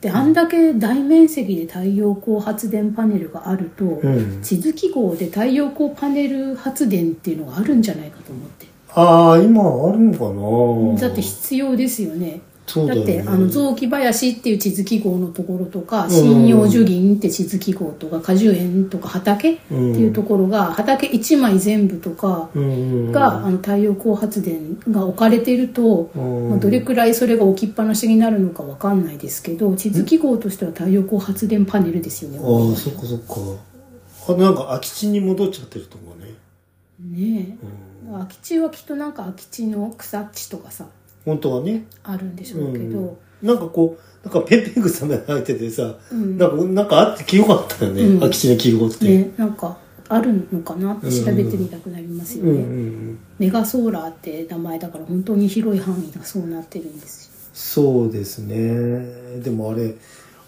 [SPEAKER 2] であんだけ大面積で太陽光発電パネルがあると、
[SPEAKER 1] ん
[SPEAKER 2] 地図記号で太陽光パネル発電っていうのがあるんじゃないかと思って、
[SPEAKER 1] ああ今あるのかな
[SPEAKER 2] だって必要ですよね
[SPEAKER 1] そうだよ
[SPEAKER 2] って
[SPEAKER 1] ね
[SPEAKER 2] あの雑木林っていう地図記号のところとか
[SPEAKER 1] ん
[SPEAKER 2] 針葉樹林って地図記号とか果樹園とか畑っていうところが、畑1枚全部とか
[SPEAKER 1] うん
[SPEAKER 2] が、あの太陽光発電が置かれてると、
[SPEAKER 1] うん
[SPEAKER 2] まあ、どれくらいそれが置きっぱなしになるのかわかんないですけど地図記号としては太陽光発電パネルですよね。
[SPEAKER 1] ああそっかそっかあなんか空き地に戻っちゃってるとかね、
[SPEAKER 2] ね
[SPEAKER 1] う
[SPEAKER 2] え
[SPEAKER 1] ん、
[SPEAKER 2] 空き地はきっとなんか空き地の草地とかさ
[SPEAKER 1] 本当はね、
[SPEAKER 2] あるんでしょ
[SPEAKER 1] う
[SPEAKER 2] うけ
[SPEAKER 1] ん
[SPEAKER 2] ど、、
[SPEAKER 1] なんかこうなんかペンペン草が入っててさ、
[SPEAKER 2] うん
[SPEAKER 1] なんかなんかあって記号あったよね、
[SPEAKER 2] うん
[SPEAKER 1] 空き地の記号って、
[SPEAKER 2] ねなんかあるのかなって調べてみたくなりますよ
[SPEAKER 1] う
[SPEAKER 2] ね。
[SPEAKER 1] んうんうん
[SPEAKER 2] メガソーラーって名前だから本当に広い範囲がそうなってるんですよ。
[SPEAKER 1] そうですね。でもあれ、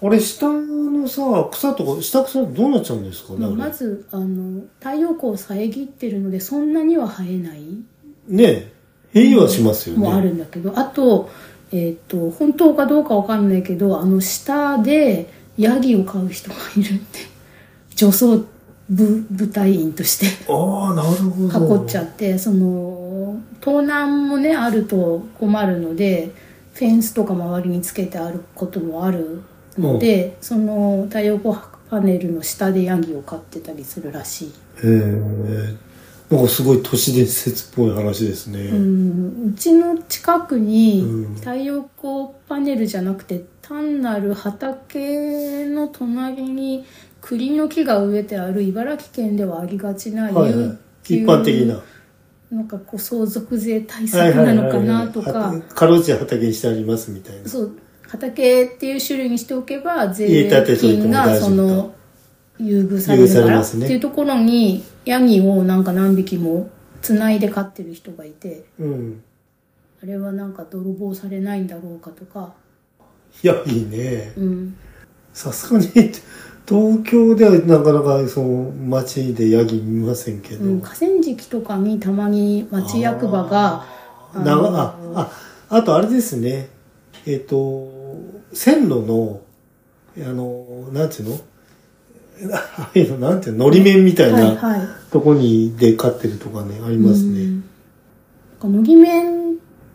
[SPEAKER 1] あれ下のさ、草とか、下草どうなっちゃうんですかね、あれ
[SPEAKER 2] まずあの太陽光を遮ってるのでそんなには生えない
[SPEAKER 1] ねえ、変異はしますよね。
[SPEAKER 2] もあるんだけどあと,、えー、と本当かどうかわかんないけどあの下でヤギを飼う人がいるって女装部部隊員として
[SPEAKER 1] ああ、なるほど。
[SPEAKER 2] 囲っちゃってその盗難もねあると困るのでフェンスとか周りにつけてあることもあるので、その太陽光パネルの下でヤギを飼ってたりするらしい。
[SPEAKER 1] へえ。なんかすごい都市伝説っぽい話ですね。
[SPEAKER 2] うんうちの近く
[SPEAKER 1] うん
[SPEAKER 2] に太陽光パネルじゃなくて単なる畑の隣に栗の木が植えてある茨城県ではありがちな
[SPEAKER 1] はいは
[SPEAKER 2] 有
[SPEAKER 1] い。
[SPEAKER 2] 給
[SPEAKER 1] 一般的な。
[SPEAKER 2] なんかこう相続税対
[SPEAKER 1] はい
[SPEAKER 2] 策
[SPEAKER 1] はいは
[SPEAKER 2] ないのかなと
[SPEAKER 1] は
[SPEAKER 2] か
[SPEAKER 1] いかろうじて畑にしてありますみたいな。
[SPEAKER 2] そう畑っていう種類にしておけば
[SPEAKER 1] 家
[SPEAKER 2] 税
[SPEAKER 1] 建てといても
[SPEAKER 2] 金
[SPEAKER 1] 大丈夫
[SPEAKER 2] が
[SPEAKER 1] と
[SPEAKER 2] その優遇される
[SPEAKER 1] 優遇さ
[SPEAKER 2] か
[SPEAKER 1] れ
[SPEAKER 2] ら
[SPEAKER 1] ま
[SPEAKER 2] って
[SPEAKER 1] すね
[SPEAKER 2] いうところにヤギをなんか何匹もつないで飼ってる人がいて。
[SPEAKER 1] うん。
[SPEAKER 2] あれはなんか泥棒されないんだろうかとか、
[SPEAKER 1] ヤギね。
[SPEAKER 2] うん、
[SPEAKER 1] さすがに、東京ではなかなかその街でヤギ見ませんけど。
[SPEAKER 2] うん、河川敷とかにたまに町役場があ
[SPEAKER 1] な
[SPEAKER 2] の
[SPEAKER 1] あああとあれですねえっ、と線路のあのなんていうのああいうのなんていうののり面みたい
[SPEAKER 2] はい
[SPEAKER 1] な
[SPEAKER 2] はい
[SPEAKER 1] とこにで飼ってるとかねあります
[SPEAKER 2] う
[SPEAKER 1] ね
[SPEAKER 2] んなんか、乃木面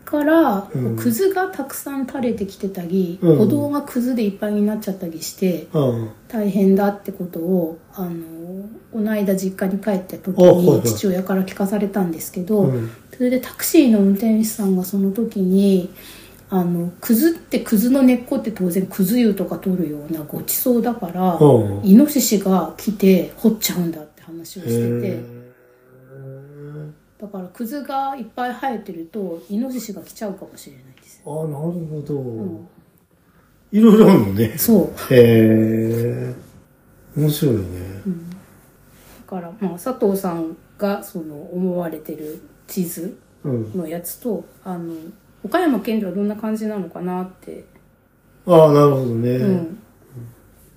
[SPEAKER 2] から
[SPEAKER 1] うん
[SPEAKER 2] くずがたくさん垂れてきてたり、
[SPEAKER 1] うん
[SPEAKER 2] 歩道がくずでいっぱいになっちゃったりして
[SPEAKER 1] うん
[SPEAKER 2] 大変だってことをあのこの間実家に帰った時
[SPEAKER 1] あはいはい
[SPEAKER 2] に父親から聞かされたんですけど、
[SPEAKER 1] うん
[SPEAKER 2] それでタクシーの運転手さんがその時にあのクズってクズの根っこって当然クズ湯とか取るようなごちそうだから、
[SPEAKER 1] うん
[SPEAKER 2] イノシシが来て掘っちゃうんだって話を
[SPEAKER 1] へ
[SPEAKER 2] してて
[SPEAKER 1] ー
[SPEAKER 2] だからクズがいっぱい生えてるとイノシシが来ちゃうかもしれないです、
[SPEAKER 1] あなるほど、
[SPEAKER 2] うん、
[SPEAKER 1] いろいろあるのね
[SPEAKER 2] そう
[SPEAKER 1] へえ面白いね
[SPEAKER 2] だから、まあ、佐藤さんがその思われてる地図
[SPEAKER 1] うん
[SPEAKER 2] のやつとあの岡山県ではどんな感じなのかなって
[SPEAKER 1] ああなるほどね、
[SPEAKER 2] うん、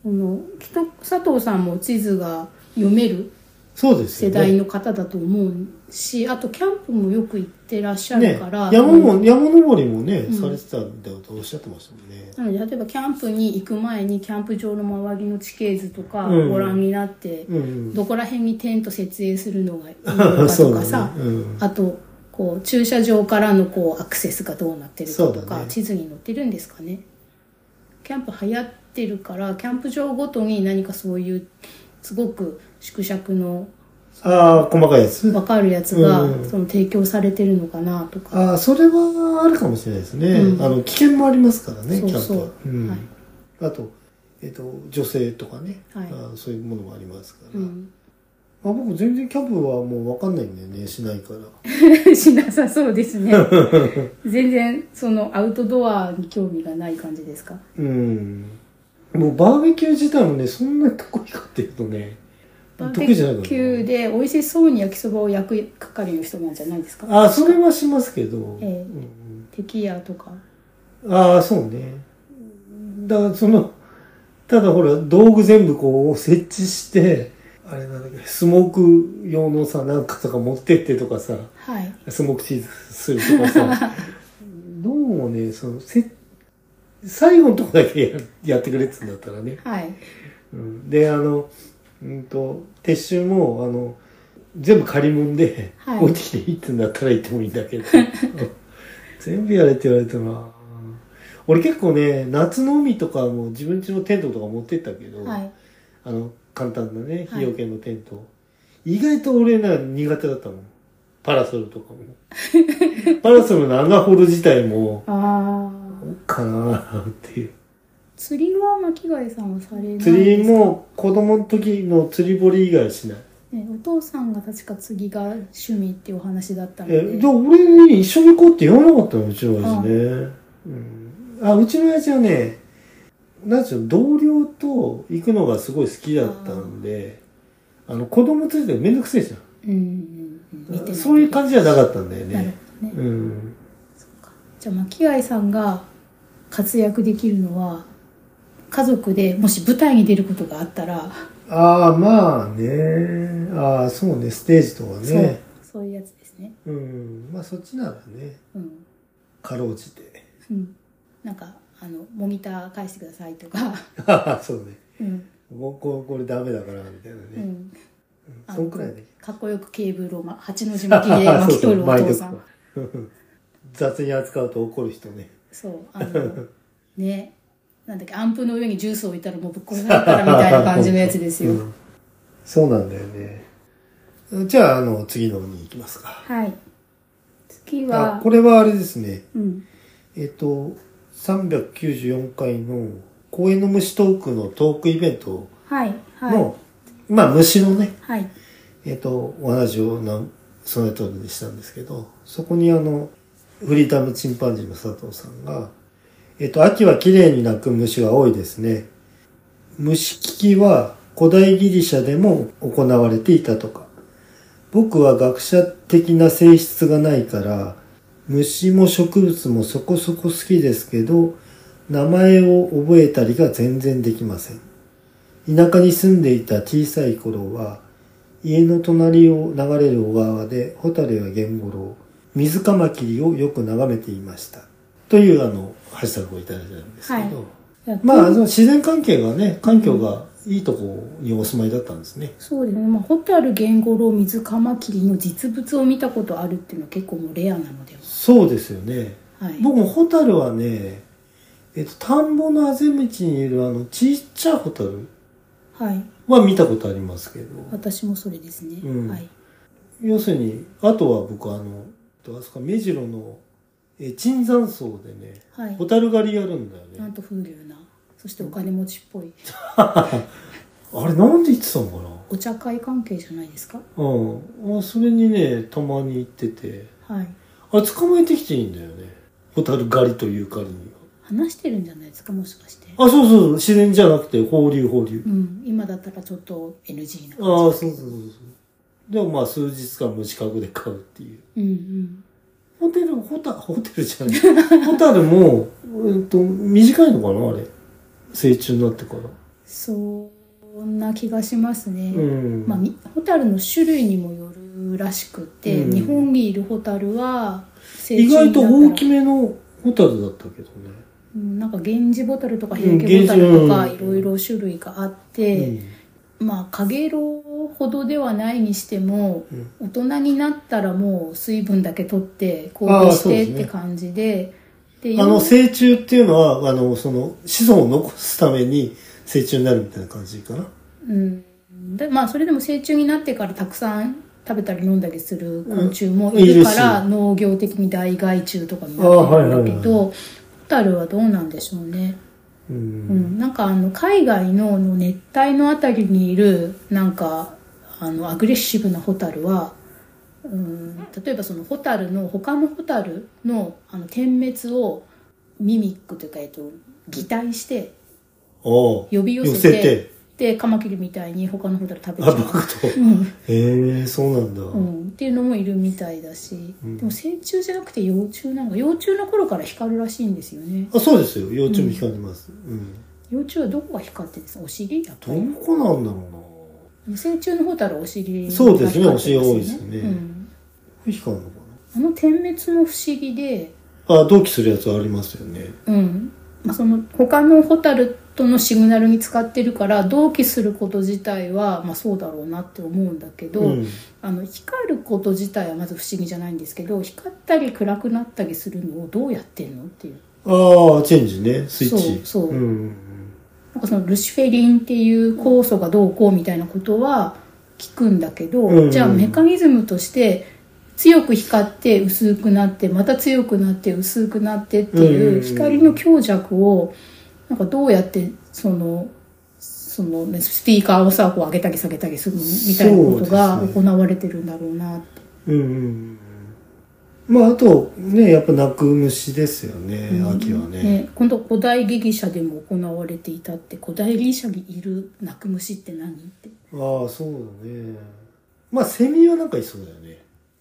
[SPEAKER 2] このきっと佐藤さんも地図が読める
[SPEAKER 1] そうです
[SPEAKER 2] 世
[SPEAKER 1] よね。
[SPEAKER 2] 代の方だと思うし、あとキャンプもよく行ってらっしゃる
[SPEAKER 1] ね
[SPEAKER 2] から、、
[SPEAKER 1] 山も、山登りもね、
[SPEAKER 2] ん
[SPEAKER 1] されてたんだとおっしゃってましたもんね。
[SPEAKER 2] なので例えばキャンプに行く前にキャンプ場の周りの地形図とか
[SPEAKER 1] うん
[SPEAKER 2] ご覧になって、
[SPEAKER 1] うんうん。
[SPEAKER 2] どこら辺にテント設営するのがいいのか
[SPEAKER 1] <laughs>
[SPEAKER 2] と
[SPEAKER 1] だ
[SPEAKER 2] か
[SPEAKER 1] ね
[SPEAKER 2] さ、
[SPEAKER 1] うん。
[SPEAKER 2] あとこう駐車場からのこうアクセスがどうなってるか
[SPEAKER 1] そ
[SPEAKER 2] と
[SPEAKER 1] うだ
[SPEAKER 2] か、
[SPEAKER 1] ね
[SPEAKER 2] 地図に載ってるんですかねキャンプ流行ってるからキャンプ場ごとに何かそういうすごく縮尺の
[SPEAKER 1] ああ、細かいやつ。
[SPEAKER 2] 分かるやつが、
[SPEAKER 1] うん
[SPEAKER 2] その提供されてるのかなとか
[SPEAKER 1] ああ、それはあるかもしれないですね。
[SPEAKER 2] うん
[SPEAKER 1] あの、危険もありますからね、
[SPEAKER 2] そう
[SPEAKER 1] キャンプ
[SPEAKER 2] そう
[SPEAKER 1] は。うん
[SPEAKER 2] はい
[SPEAKER 1] あと、えっ、と、女性とかね、
[SPEAKER 2] はい
[SPEAKER 1] あーそういうものもありますから。
[SPEAKER 2] うん、
[SPEAKER 1] まあ、僕全然キャンプはもうわかんないんだよね、しないから。
[SPEAKER 2] <laughs> しなさそうです
[SPEAKER 1] <laughs>
[SPEAKER 2] ね全然そのアウトドアに興味がない感じですか
[SPEAKER 1] うん。もうバーベキュー自体もね、そんなに得意かっていうとね、
[SPEAKER 2] バー
[SPEAKER 1] 得
[SPEAKER 2] ベ
[SPEAKER 1] 意
[SPEAKER 2] キ
[SPEAKER 1] じゃない
[SPEAKER 2] ュ
[SPEAKER 1] から
[SPEAKER 2] ー
[SPEAKER 1] ね。
[SPEAKER 2] で美味しそうに焼きそばを焼く係の人なんじゃないですか
[SPEAKER 1] ああ、それはしますけど。
[SPEAKER 2] ええ
[SPEAKER 1] うん
[SPEAKER 2] テキヤとか
[SPEAKER 1] ああそうねだからそのただほら道具全部こう設置してあれなんだっけスモーク用のさなんかとか持ってってとかさ
[SPEAKER 2] はい
[SPEAKER 1] スモークチーズするとかさ <laughs> どうもねそのせ最後のとこだけややってくれっつうんだったらね、
[SPEAKER 2] はい
[SPEAKER 1] うん、であのうんと撤収もあの全部仮物で、
[SPEAKER 2] はい
[SPEAKER 1] 置いてきていいってんだったら行ってもいいんだけど <laughs> 全部やれって言われたら俺結構ね夏の海とかも自分家のテントとか持ってったけど、
[SPEAKER 2] はい
[SPEAKER 1] あの簡単なね
[SPEAKER 2] は
[SPEAKER 1] 日
[SPEAKER 2] い
[SPEAKER 1] よけのテント、意外と俺な苦手だったもんパラソルとか
[SPEAKER 2] <laughs>
[SPEAKER 1] もパラソルの穴掘る自体も
[SPEAKER 2] ああ
[SPEAKER 1] おっかなーっていう
[SPEAKER 2] 釣りは巻貝さんはされないんですか
[SPEAKER 1] 釣り、も子供の時の釣り堀以外はしない
[SPEAKER 2] ね、お父さんが確か釣りが趣味っていうお話だったので
[SPEAKER 1] えで俺に一緒に行こうって言わなかったのうちの親父ね、うん、あうちの親父はねなんていうの同僚と行くのがすごい好きだったんであの子供連れてめんどくせえじゃ
[SPEAKER 2] うんうんうん見て
[SPEAKER 1] んそういう感じじゃなかったんだよ
[SPEAKER 2] じなる
[SPEAKER 1] ね
[SPEAKER 2] ほどね
[SPEAKER 1] うん
[SPEAKER 2] じゃあ巻貝さんが活躍できるのは家族でもし舞台に出ることがあったら、
[SPEAKER 1] ああまあねああそうねステージとか
[SPEAKER 2] そう
[SPEAKER 1] ね
[SPEAKER 2] そういうやつですね
[SPEAKER 1] うんまあそっちならね
[SPEAKER 2] うん、
[SPEAKER 1] かろうじて <laughs>
[SPEAKER 2] うん、なんかあのモニター返してくださいとか
[SPEAKER 1] そうね
[SPEAKER 2] うん、
[SPEAKER 1] もうここれダメだからみたいな
[SPEAKER 2] う
[SPEAKER 1] ね、
[SPEAKER 2] ん、
[SPEAKER 1] そんくらいで、
[SPEAKER 2] かっこよくケーブルを、ま、八の字巻き
[SPEAKER 1] <laughs>
[SPEAKER 2] で巻き取るお父さん
[SPEAKER 1] 雑に扱うと怒る人ね
[SPEAKER 2] そうあのねなんだっけアンプの上にジュースを置いたらもうぶっ殺されたらみたいな感じのやつですよ、
[SPEAKER 1] <laughs> うんそうなんだよねじゃああの次のに行きますか
[SPEAKER 2] はい次
[SPEAKER 1] あ
[SPEAKER 2] は
[SPEAKER 1] これはあれですね
[SPEAKER 2] うん
[SPEAKER 1] えっと394回の公園の虫トークのトークイベント
[SPEAKER 2] はいはい
[SPEAKER 1] の、まあ虫のね
[SPEAKER 2] はい
[SPEAKER 1] えっとお話をなその通りにしたんですけどそこにあのフリーダムチンパンジーの佐藤さんが「えっと秋は綺麗に鳴く虫が多いですね」「虫聞きは古代ギリシャでも行われていたとか」「僕は学者的な性質がないから虫も植物もそこそこ好きですけど名前を覚えたりが全然できません」田舎に住んでいた小さい頃は家の隣を流れる小川で蛍や源五郎水カマキリをよく眺めていましたというあのハッシュタグをいただいたんですけど、
[SPEAKER 2] はいや
[SPEAKER 1] まああの自然環境がね環境がいいとこにお住まいだったんですね、
[SPEAKER 2] そうですね、まあ、ホタルゲンゴロウ水カマキリの実物を見たことあるっていうのは結構もうレアなので
[SPEAKER 1] そうですよね
[SPEAKER 2] はい
[SPEAKER 1] 僕も蛍はねえっと田んぼのあぜ道にいるあのちっちゃい蛍
[SPEAKER 2] はい
[SPEAKER 1] は見たことありますけど
[SPEAKER 2] 私もそれですね、
[SPEAKER 1] うん
[SPEAKER 2] はい
[SPEAKER 1] 要するにあとは僕あのあそこ目白のえ椿山荘でね
[SPEAKER 2] はい
[SPEAKER 1] ホタル狩りやるんだよね
[SPEAKER 2] なんと風流なそしてお金持ちっぽい
[SPEAKER 1] あれなんで言ってたのかな
[SPEAKER 2] お茶会関係じゃないですか
[SPEAKER 1] うん。あそれにね、たまに行ってて。
[SPEAKER 2] はい
[SPEAKER 1] あ、捕まえてきていいんだよね。ホタル狩りという狩りに
[SPEAKER 2] 話してるんじゃないですかもしかして
[SPEAKER 1] は。あ、そうそうそう、自然じゃなくて、放流放流
[SPEAKER 2] う。ん今だったらちょっと NG な
[SPEAKER 1] ああ、そうそうそうそう。でもまあ、数日間無資格で買うっていう。
[SPEAKER 2] うんうん
[SPEAKER 1] ホテル、ホタ、ホテルじゃない。ホタルも、うんと、短いのかなあれ。成虫になってから。
[SPEAKER 2] そうんな気がしますね。
[SPEAKER 1] うん
[SPEAKER 2] まあ、みホタルの種類にもよるらしくて、
[SPEAKER 1] うん
[SPEAKER 2] 日本にいるホタルは成
[SPEAKER 1] 意外と
[SPEAKER 2] になったら
[SPEAKER 1] 大きめのホタルだったけどね、
[SPEAKER 2] うんなんか源氏ボタルとか平家ボタルとか
[SPEAKER 1] うん源氏
[SPEAKER 2] いろいろ種類があって、まあカゲロウほどではないにしても、
[SPEAKER 1] うん
[SPEAKER 2] 大人になったらもう水分だけ取って氷し
[SPEAKER 1] そうで
[SPEAKER 2] てっ
[SPEAKER 1] すね
[SPEAKER 2] て感じでで
[SPEAKER 1] うんあの成虫っていうのはあのその子孫を残すために成虫になるみたいな感じかな
[SPEAKER 2] うんでまあそれでも成虫になってからたくさん食べたり飲んだりする昆虫も
[SPEAKER 1] うん
[SPEAKER 2] いるか
[SPEAKER 1] い
[SPEAKER 2] ら、
[SPEAKER 1] る
[SPEAKER 2] 農業的に大害虫とかにな
[SPEAKER 1] あ
[SPEAKER 2] って
[SPEAKER 1] はい
[SPEAKER 2] るん
[SPEAKER 1] はい
[SPEAKER 2] だ
[SPEAKER 1] はい
[SPEAKER 2] けどホタルはどうなんでしょうね、
[SPEAKER 1] う、
[SPEAKER 2] うんん、なんかあの海外のあの熱帯のあたりにいるなんかあのアグレッシブなホタルは、うん、例えばそのホタルの他のホタルのあの点滅をミミックというか、えっと、擬態して
[SPEAKER 1] おう
[SPEAKER 2] 呼び寄せてでカマキリみたいに他のホタル食べち
[SPEAKER 1] あ
[SPEAKER 2] ゃ
[SPEAKER 1] バ
[SPEAKER 2] う。
[SPEAKER 1] クと
[SPEAKER 2] うん
[SPEAKER 1] へえそうなんだ、
[SPEAKER 2] うん、っていうのもいるみたいだし、
[SPEAKER 1] うん
[SPEAKER 2] でも成虫じゃなくて幼虫なんか幼虫の頃から光るらしいんですよね
[SPEAKER 1] あそうですよ幼虫も光ります、うん
[SPEAKER 2] 幼虫はどこが光ってるんですかお尻やっぱり
[SPEAKER 1] どこなんだろ
[SPEAKER 2] 成虫の方たらお尻が
[SPEAKER 1] そうですね
[SPEAKER 2] 光ってま
[SPEAKER 1] お尻多いですね
[SPEAKER 2] うん、
[SPEAKER 1] うな光るのか
[SPEAKER 2] あの点滅も不思議で、
[SPEAKER 1] なあ同期するやつありますよね
[SPEAKER 2] うんまあ、その他のホタルとのシグナルに使ってるから同期すること自体は、まあ、そうだろうなって思うんだけど、
[SPEAKER 1] うん
[SPEAKER 2] あの光ること自体はまず不思議じゃないんですけど光ったり暗くなったりするのをどうやってんのっていう
[SPEAKER 1] ああチェンジねスイッチ、
[SPEAKER 2] そうそうんなんかそのルシフェリンっていう酵素がどうこうみたいなことは聞くんだけど、
[SPEAKER 1] うん
[SPEAKER 2] じゃあメカニズムとして強く光って薄くなってまた強くなって薄くなってって
[SPEAKER 1] う
[SPEAKER 2] い
[SPEAKER 1] ん
[SPEAKER 2] う光の強弱をなんかどうやってそのそのねスピーカーをさこう上げたり下げたりするみたいなことが
[SPEAKER 1] そうです
[SPEAKER 2] 行われてるんだろうなって。
[SPEAKER 1] うんうんうんまああとねやっぱ泣く虫ですよね、秋はね
[SPEAKER 2] ね、今度古代ギリシャでも行われていたって古代ギリシャにいる泣く虫って何って
[SPEAKER 1] ああそうだねまあセミはなんかいそうだよね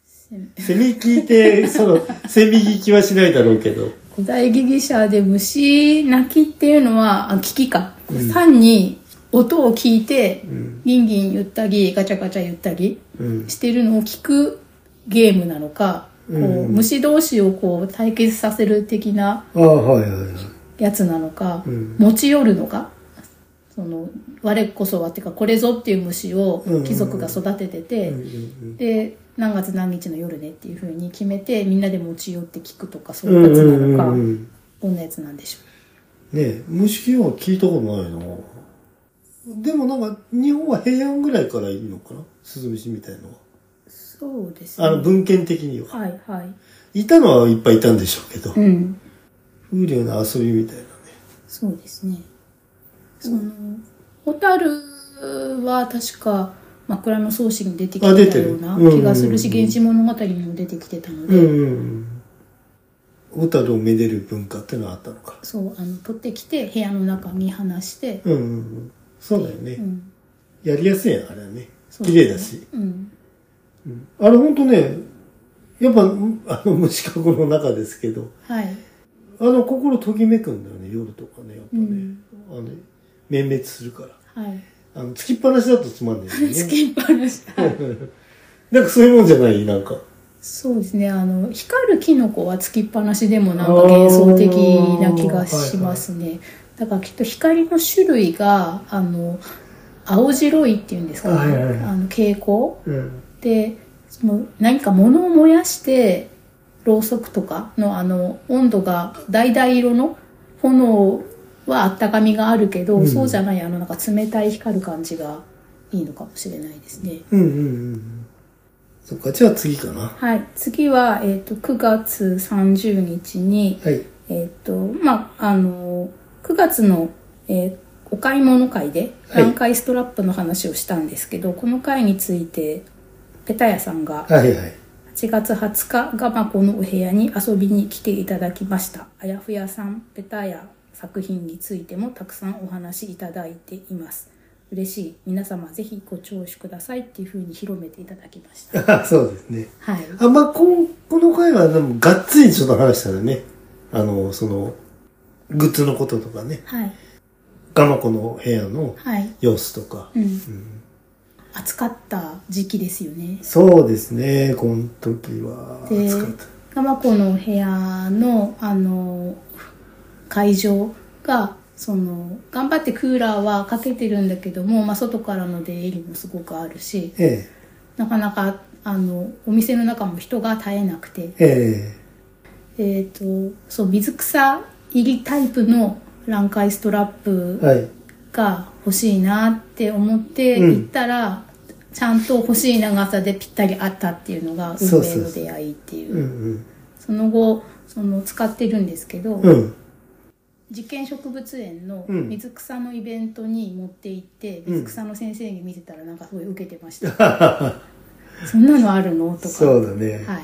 [SPEAKER 1] セミ聞いてその <laughs> セミ聞きはしないだろうけど
[SPEAKER 2] 古代ギリシャで虫鳴きっていうのはあ聞きか、単に音を聞いて、ギンギン言ったりガチャガチャ言ったり
[SPEAKER 1] うん
[SPEAKER 2] してるのを聞くゲームなのか、こう
[SPEAKER 1] うん
[SPEAKER 2] 虫同士をこう対決させる的な
[SPEAKER 1] ああはいはいはい
[SPEAKER 2] やつなのか、
[SPEAKER 1] うん
[SPEAKER 2] 持ち寄るのかその我こそはっていうかこれぞっていう虫を
[SPEAKER 1] うん
[SPEAKER 2] 貴族が育ててて、
[SPEAKER 1] うんうん
[SPEAKER 2] で何月何日の夜ねっていうふうに決めてみんなで持ち寄って聞くとかそういうやつなのか。
[SPEAKER 1] うんうんうん
[SPEAKER 2] どんなやつなんでしょ
[SPEAKER 1] ねえ虫は聞いたことないなでもなんか日本は平安ぐらいからいるのかなスズムシみたいのは
[SPEAKER 2] う。そうです
[SPEAKER 1] あの文献的には
[SPEAKER 2] はいはい。
[SPEAKER 1] いたのはいっぱいいたんでしょうけど、
[SPEAKER 2] うん。
[SPEAKER 1] 風流な遊びみたいなね
[SPEAKER 2] そうですね。その、ホタルは確か、枕草子に出てきてた
[SPEAKER 1] あ出てる
[SPEAKER 2] ような気がするし、
[SPEAKER 1] うんうんうん
[SPEAKER 2] 源氏物語にも出てきてたの
[SPEAKER 1] う
[SPEAKER 2] で、
[SPEAKER 1] んうんうん小樽をめでる文化ってのはあったのか
[SPEAKER 2] そう、あの、取ってきて、部屋の中に放して、
[SPEAKER 1] うんうんうんそうだよね、
[SPEAKER 2] うん。
[SPEAKER 1] やりやすいやんあれはね
[SPEAKER 2] そう
[SPEAKER 1] 綺麗だし、
[SPEAKER 2] うん。
[SPEAKER 1] あれほんとねやっぱあの虫かごの中ですけど
[SPEAKER 2] はい。
[SPEAKER 1] あの心ときめくんだよね夜とかねやっぱね、
[SPEAKER 2] うん
[SPEAKER 1] あの面滅するから
[SPEAKER 2] はい。
[SPEAKER 1] あのつきっぱなしだとつまんないよ
[SPEAKER 2] <laughs> つ
[SPEAKER 1] ね
[SPEAKER 2] きっぱなし。
[SPEAKER 1] <laughs> なんかそういうもんじゃないなんか
[SPEAKER 2] そうですね。あの、光るキノコはつきっぱなしでもなんか幻想的な気がしますね。だからきっと光の種類が、あの、青白いっていうんですかね。
[SPEAKER 1] はいはいはい
[SPEAKER 2] あの、蛍光
[SPEAKER 1] うん
[SPEAKER 2] で、その何か物を燃やして、ろうそくとかのあの、温度が橙色の炎はあったかみがあるけど、
[SPEAKER 1] うん
[SPEAKER 2] そうじゃない、あの、なんか冷たい光る感じがいいのかもしれないですね。
[SPEAKER 1] うんうんうんそっかじゃあ次かな
[SPEAKER 2] はい、次は、えー、と9月30日に、
[SPEAKER 1] はい
[SPEAKER 2] えーとまああの9月の、えーお買い物会で
[SPEAKER 1] はい
[SPEAKER 2] 南海ストラップの話をしたんですけど、この会についてペタヤさんが
[SPEAKER 1] はいはい
[SPEAKER 2] 8月20日がまこのお部屋に遊びに来ていただきましたあやふやさんペタヤ作品についてもたくさんお話しいただいています嬉しい皆様ぜひご聴取くださいっていうふうに広めていただきました
[SPEAKER 1] あそうですね
[SPEAKER 2] はい
[SPEAKER 1] あまあ、ここの回はでもがっつりちょっと話したらねあのそのグッズのこととかね
[SPEAKER 2] はい
[SPEAKER 1] ガマ子の部屋の
[SPEAKER 2] はい、
[SPEAKER 1] 様子とか、
[SPEAKER 2] うん暑かった時期ですよね
[SPEAKER 1] そうですねこの時は
[SPEAKER 2] で
[SPEAKER 1] 暑かった
[SPEAKER 2] 蒲子の部屋のあの会場がその頑張ってクーラーはかけてるんだけども、まあ、外からの出入りもすごくあるし
[SPEAKER 1] え
[SPEAKER 2] なかなかあのお店の中も人が絶えなくて
[SPEAKER 1] ええ
[SPEAKER 2] えー、とそう水草入りタイプの乱開ストラッ
[SPEAKER 1] え
[SPEAKER 2] プ
[SPEAKER 1] はい
[SPEAKER 2] が欲しいなって思って
[SPEAKER 1] うん
[SPEAKER 2] 行ったら、ちゃんと欲しい長さでぴったりあったっていうのが
[SPEAKER 1] そ
[SPEAKER 2] 運
[SPEAKER 1] うそう
[SPEAKER 2] 命
[SPEAKER 1] そう
[SPEAKER 2] の出会いっていう
[SPEAKER 1] うんうん
[SPEAKER 2] その後その使ってるんですけど、
[SPEAKER 1] うん
[SPEAKER 2] 実験植物園の
[SPEAKER 1] うん
[SPEAKER 2] 水草のイベントに持って行って、
[SPEAKER 1] うん
[SPEAKER 2] 水草の先生に見てたらなんかすごい受けてました
[SPEAKER 1] <laughs>
[SPEAKER 2] そんなのあるのとか
[SPEAKER 1] そうだね、
[SPEAKER 2] はい、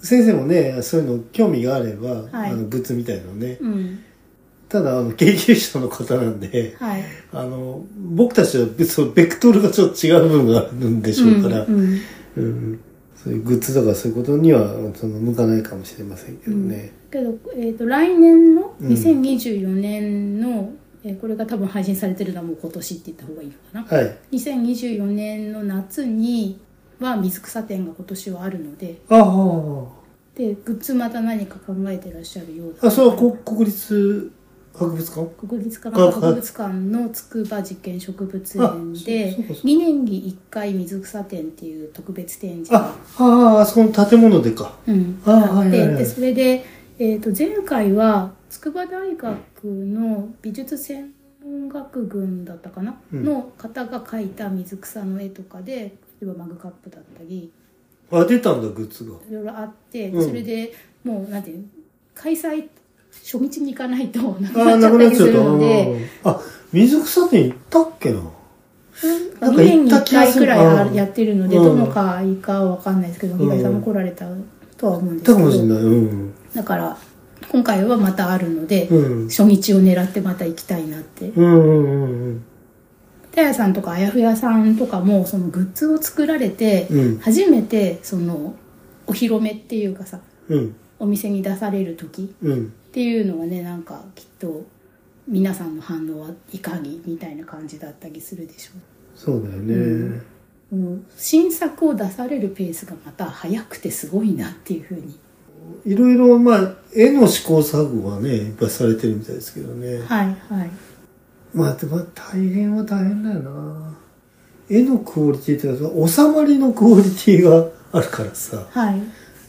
[SPEAKER 1] 先生もねそういうの興味があれば、
[SPEAKER 2] はい
[SPEAKER 1] あのグッズみたいのね
[SPEAKER 2] うん
[SPEAKER 1] ただあの研究者の方なんで
[SPEAKER 2] はい、
[SPEAKER 1] あの僕たちはそのベクトルがちょっと違う部分があるんでしょうから、
[SPEAKER 2] うんうん
[SPEAKER 1] うんそういうグッズとかそういうことにはその向かないかもしれませんけどね。
[SPEAKER 2] けど、えー、と来年の
[SPEAKER 1] うん
[SPEAKER 2] 2024年の、えーこれが多分配信されてるのはもう今年って言った方がいいのかな
[SPEAKER 1] はい。
[SPEAKER 2] 2024年の夏には水草展が今年はあるので
[SPEAKER 1] ああ。
[SPEAKER 2] でグッズまた何か考えてらっしゃるようだ
[SPEAKER 1] あ、それはこ国立博物館
[SPEAKER 2] 国立科
[SPEAKER 1] あは
[SPEAKER 2] 学
[SPEAKER 1] い
[SPEAKER 2] 博物館の筑波実験植物
[SPEAKER 1] あ
[SPEAKER 2] 園で
[SPEAKER 1] そうそうそう
[SPEAKER 2] 2年に1回水草展っていう特別展示が
[SPEAKER 1] あ、ああ、あそこの建物でか。
[SPEAKER 2] うん、
[SPEAKER 1] あーはいはい
[SPEAKER 2] で
[SPEAKER 1] はい
[SPEAKER 2] でそれで、えー、と前回は筑波大学の美術専門学群だったかな、
[SPEAKER 1] うん
[SPEAKER 2] の方が描いた水草の絵とかで例えばマグカップだったり
[SPEAKER 1] あ、出たんだ、グッズが。
[SPEAKER 2] いろいろあって、
[SPEAKER 1] うん
[SPEAKER 2] それでもうなんていう開催初日に行かないとなく
[SPEAKER 1] あ
[SPEAKER 2] な
[SPEAKER 1] あ、
[SPEAKER 2] っち
[SPEAKER 1] な
[SPEAKER 2] ゃっ
[SPEAKER 1] く
[SPEAKER 2] た
[SPEAKER 1] なっ
[SPEAKER 2] り
[SPEAKER 1] ち
[SPEAKER 2] す
[SPEAKER 1] ゃっ
[SPEAKER 2] る
[SPEAKER 1] た。
[SPEAKER 2] ので
[SPEAKER 1] ああ、水草店行ったっけなな
[SPEAKER 2] な
[SPEAKER 1] んか
[SPEAKER 2] んか2年
[SPEAKER 1] 行っ
[SPEAKER 2] に
[SPEAKER 1] た
[SPEAKER 2] 1
[SPEAKER 1] 気が
[SPEAKER 2] 回
[SPEAKER 1] す
[SPEAKER 2] く
[SPEAKER 1] る
[SPEAKER 2] らいあるやってるので、
[SPEAKER 1] うん
[SPEAKER 2] どの回かは分かんないですけど、
[SPEAKER 1] うん
[SPEAKER 2] 三浦さんも来られたとは思うん
[SPEAKER 1] 行
[SPEAKER 2] で
[SPEAKER 1] った
[SPEAKER 2] す
[SPEAKER 1] か
[SPEAKER 2] けど、
[SPEAKER 1] もしれない。うん。
[SPEAKER 2] だから今回はまたあるので、
[SPEAKER 1] うん。
[SPEAKER 2] 初日を狙ってまた行きたいなって
[SPEAKER 1] うんうんうん
[SPEAKER 2] 田谷さんとかあやふやさんとかもそのグッズを作られて
[SPEAKER 1] うん。うん。
[SPEAKER 2] 初めてそのお披露目っていうかさ
[SPEAKER 1] うん。
[SPEAKER 2] お店に出される時
[SPEAKER 1] うん。
[SPEAKER 2] っていうのはねなんかきっと皆さんの反応はいかにみたいな感じだったりするでしょう
[SPEAKER 1] そうだよね。
[SPEAKER 2] うんこの新作を出されるペースがまた早くてすごいなっていうふうに
[SPEAKER 1] いろいろ、まあ、絵の試行錯誤はね、いっぱいされてるみたいですけどね。
[SPEAKER 2] はいはい
[SPEAKER 1] まあでも大変は大変だよな絵のクオリティというか収まりのクオリティがあるからさ
[SPEAKER 2] はい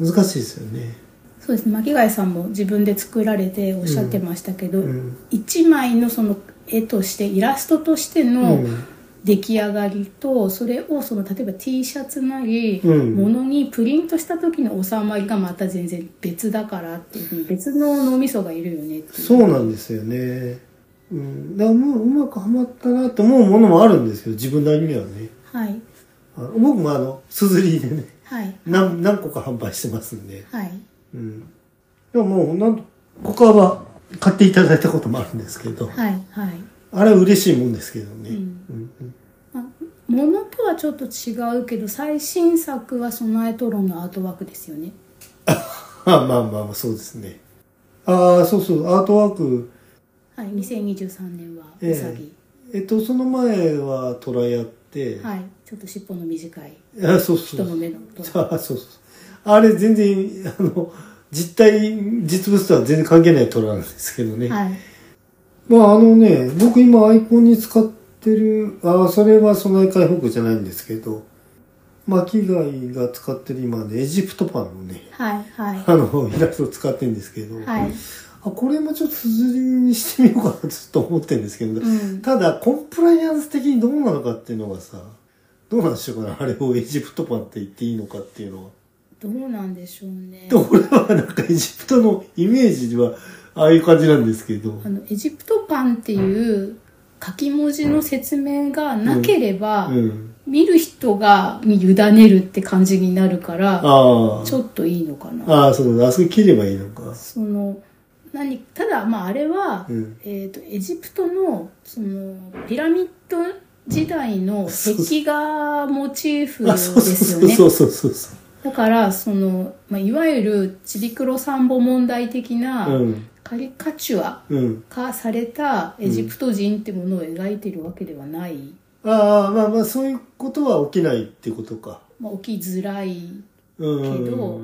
[SPEAKER 1] 難しいですよね
[SPEAKER 2] そうですね巻貝さんも自分で作られておっしゃってましたけど、
[SPEAKER 1] うん
[SPEAKER 2] 一枚のその絵としてイラストとして
[SPEAKER 1] う
[SPEAKER 2] の
[SPEAKER 1] ん
[SPEAKER 2] 出来上がりと、それをその例えば T シャツなり、
[SPEAKER 1] うん
[SPEAKER 2] ものにプリントした時の収まりがまた全然別だからっていうふうに別の脳みそがいるよねっていう
[SPEAKER 1] そうなんですよねうんだからもううまくはまったなと思うものもあるんですけど自分なりにはね
[SPEAKER 2] はい
[SPEAKER 1] あの僕もあのすずりでね
[SPEAKER 2] はい
[SPEAKER 1] 何何個か販売してますんで
[SPEAKER 2] はい
[SPEAKER 1] うんでももうなん他は買っていただいたこともあるんですけど
[SPEAKER 2] はいはい、
[SPEAKER 1] あれは嬉しいもんですけどね、
[SPEAKER 2] うん
[SPEAKER 1] うんうん
[SPEAKER 2] まあ、ものとはちょっと違うけど最新作は「備えトロン」のアートワークですよね
[SPEAKER 1] まあまあまあまあ、そうですね。ああ、そうそう、アートワーク。
[SPEAKER 2] はい2023年は
[SPEAKER 1] ええ
[SPEAKER 2] うさぎ、
[SPEAKER 1] えっと、その前はトラやって、
[SPEAKER 2] はいちょっと尻尾の短い
[SPEAKER 1] あそうそ
[SPEAKER 2] 人の
[SPEAKER 1] う。
[SPEAKER 2] 目のと
[SPEAKER 1] <laughs> あそうそう。あれ全然、あの、実体、実物とは全然関係ないトラなんですけどね。
[SPEAKER 2] はい
[SPEAKER 1] まああのね、僕今アイコンに使ってる、ああ、それは備え解放区じゃないんですけど、巻貝が使ってる今ね、エジプトパンのね、 <laughs>
[SPEAKER 2] はいはい
[SPEAKER 1] あの、イラストを使ってるんですけど、
[SPEAKER 2] はい、
[SPEAKER 1] あこれもちょっと綴りにしてみようかなと <laughs> ちょっと思ってるんですけど、
[SPEAKER 2] うん
[SPEAKER 1] ただコンプライアンス的にどうなのかっていうのがさどうなんでしょうかねあれをエジプトパンって言っていいのかっていうのは。 <laughs>
[SPEAKER 2] どうなんでしょうね
[SPEAKER 1] で俺はなんかエジプトのイメージではああいう感じなんですけど
[SPEAKER 2] あ。のエジプトパンっていう書き文字の説明がなければ、
[SPEAKER 1] うん。
[SPEAKER 2] 見る人がに委ねるって感じになるから
[SPEAKER 1] ああ
[SPEAKER 2] ち。ょっといいのかな
[SPEAKER 1] ああ、そうだ。あそこ切ればいいのか。
[SPEAKER 2] その何ただまああれは、
[SPEAKER 1] うん
[SPEAKER 2] えー、とエジプトのそのピラミッド時代の壁画モチーフ
[SPEAKER 1] あ、そう
[SPEAKER 2] です
[SPEAKER 1] そ
[SPEAKER 2] よ
[SPEAKER 1] う <laughs>
[SPEAKER 2] ね
[SPEAKER 1] そうそうそうそう。
[SPEAKER 2] だからその、まあ、いわゆるちびくろさんぼ問題的な、
[SPEAKER 1] うん。
[SPEAKER 2] カリカチュア
[SPEAKER 1] うん。
[SPEAKER 2] 化されたエジプト人ってものを描いてるわけではない、
[SPEAKER 1] ああ、まあまあ、そういうことは起きないってことか。
[SPEAKER 2] まあ、起きづらい
[SPEAKER 1] うん
[SPEAKER 2] けど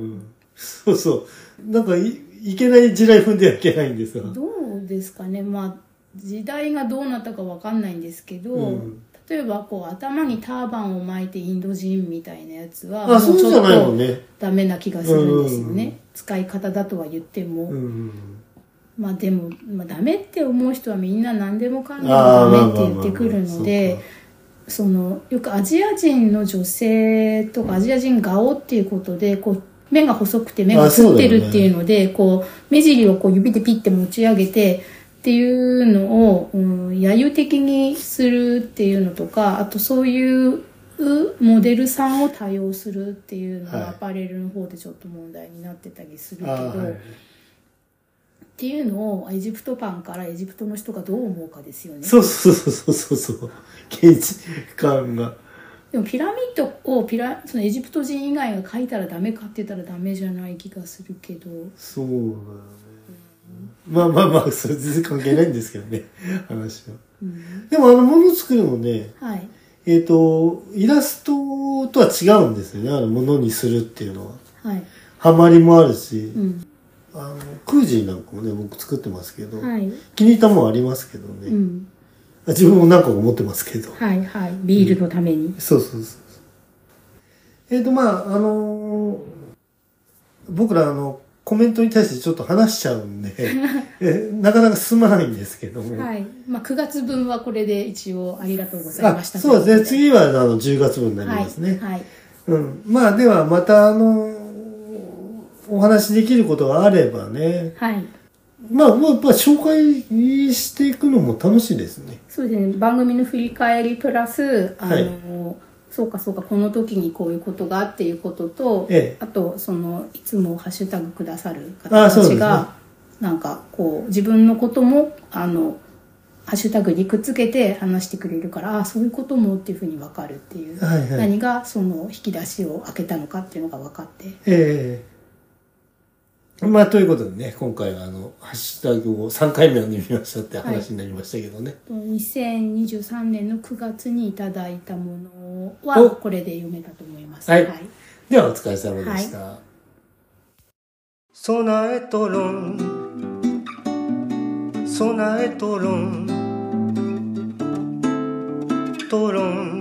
[SPEAKER 1] そうそう。なんかい、いけない地雷踏んではいけないんですよ。
[SPEAKER 2] どうですかねまあ時代がどうなったかわかんないんですけど、
[SPEAKER 1] うん
[SPEAKER 2] 例えばこう頭にターバンを巻いてインド人みたいなやつは
[SPEAKER 1] あ、そうじゃないもん
[SPEAKER 2] ね
[SPEAKER 1] ね。
[SPEAKER 2] ダメな気がするんですよね、
[SPEAKER 1] うんうん
[SPEAKER 2] 使い方だとは言っても、
[SPEAKER 1] うん。
[SPEAKER 2] まあでも、まあ、ダメって思う人はみんな何でもかんでもダメって言ってくるのでそのよくアジア人の女性とかアジア人顔っていうことでこう目が細くて目が
[SPEAKER 1] あそ
[SPEAKER 2] 映っ
[SPEAKER 1] うだ
[SPEAKER 2] て
[SPEAKER 1] よね
[SPEAKER 2] るっていうのでこう目尻をこう指でピッて持ち上げてっていうのを、うん、揶揄的にするっていうのとかあとそういうモデルさんを多用するっていうの
[SPEAKER 1] はい
[SPEAKER 2] がアパレルの方でちょっと問題になってたりするけ
[SPEAKER 1] あ
[SPEAKER 2] ど、
[SPEAKER 1] あ、はい
[SPEAKER 2] っていうのをエジプトパンからエジプトの人がどう思うかですよね。
[SPEAKER 1] そうそうそうそうそうそう。現地感が。
[SPEAKER 2] でもピラミッドをピラそのエジプト人以外が書いたらダメかって言ったらダメじゃない気がするけど
[SPEAKER 1] そうだよね。まあまあまあ、それ全然関係ないんですけどね、話は。
[SPEAKER 2] うん
[SPEAKER 1] でもあの、もの作るのね、
[SPEAKER 2] はい
[SPEAKER 1] えっ、と、イラストとは違うんですよね、あの、ものにするっていうのは。
[SPEAKER 2] はい
[SPEAKER 1] ハマりもあるし
[SPEAKER 2] う、ん
[SPEAKER 1] あの、クージーなんかもね、僕作ってますけど、
[SPEAKER 2] はい
[SPEAKER 1] 気に入ったもんありますけどね。
[SPEAKER 2] うん
[SPEAKER 1] あ自分も何個か持ってますけど。
[SPEAKER 2] はいはいビールのために
[SPEAKER 1] そうそうそうそう。えっ、と、まあ、あのー僕らあの、コメントに対してちょっと話しちゃうん
[SPEAKER 2] <laughs>
[SPEAKER 1] で、えなかなか進まないんですけども。
[SPEAKER 2] はいまあ9月分はこれで一応ありがとうござい
[SPEAKER 1] あ
[SPEAKER 2] ました
[SPEAKER 1] そうですね。
[SPEAKER 2] ね
[SPEAKER 1] 次はあの10月分になりますね。
[SPEAKER 2] はい、はい、
[SPEAKER 1] うん。まあ、ではまたあのお話しできることがあればね。
[SPEAKER 2] はい
[SPEAKER 1] まあ、まあ、まあ、紹介していくのも楽しいですね。
[SPEAKER 2] そうですね番組の振り返りプラスあの、
[SPEAKER 1] はい
[SPEAKER 2] そうかそうかこの時にこういうことがっていうことと、
[SPEAKER 1] ええ
[SPEAKER 2] あとそのいつもハッシュタグくださる方
[SPEAKER 1] あ
[SPEAKER 2] た
[SPEAKER 1] そうです
[SPEAKER 2] ち
[SPEAKER 1] ね
[SPEAKER 2] が、なんかこう自分のこともあのハッシュタグにくっつけて話してくれるからああそういうこともっていうふうに分かるっていう、
[SPEAKER 1] はいはい
[SPEAKER 2] 何がその引き出しを開けたのかっていうのが分かって
[SPEAKER 1] ええまあ、ということでね、今回はあの、ハッシュタグを3回目を見ましたって話になりましたけどね。
[SPEAKER 2] 2023年の9月にいただいたもの
[SPEAKER 1] お
[SPEAKER 2] はこれで読めたと思います。
[SPEAKER 1] はいでは、お疲れ様でした。
[SPEAKER 3] 備えとろん備えとろんとろん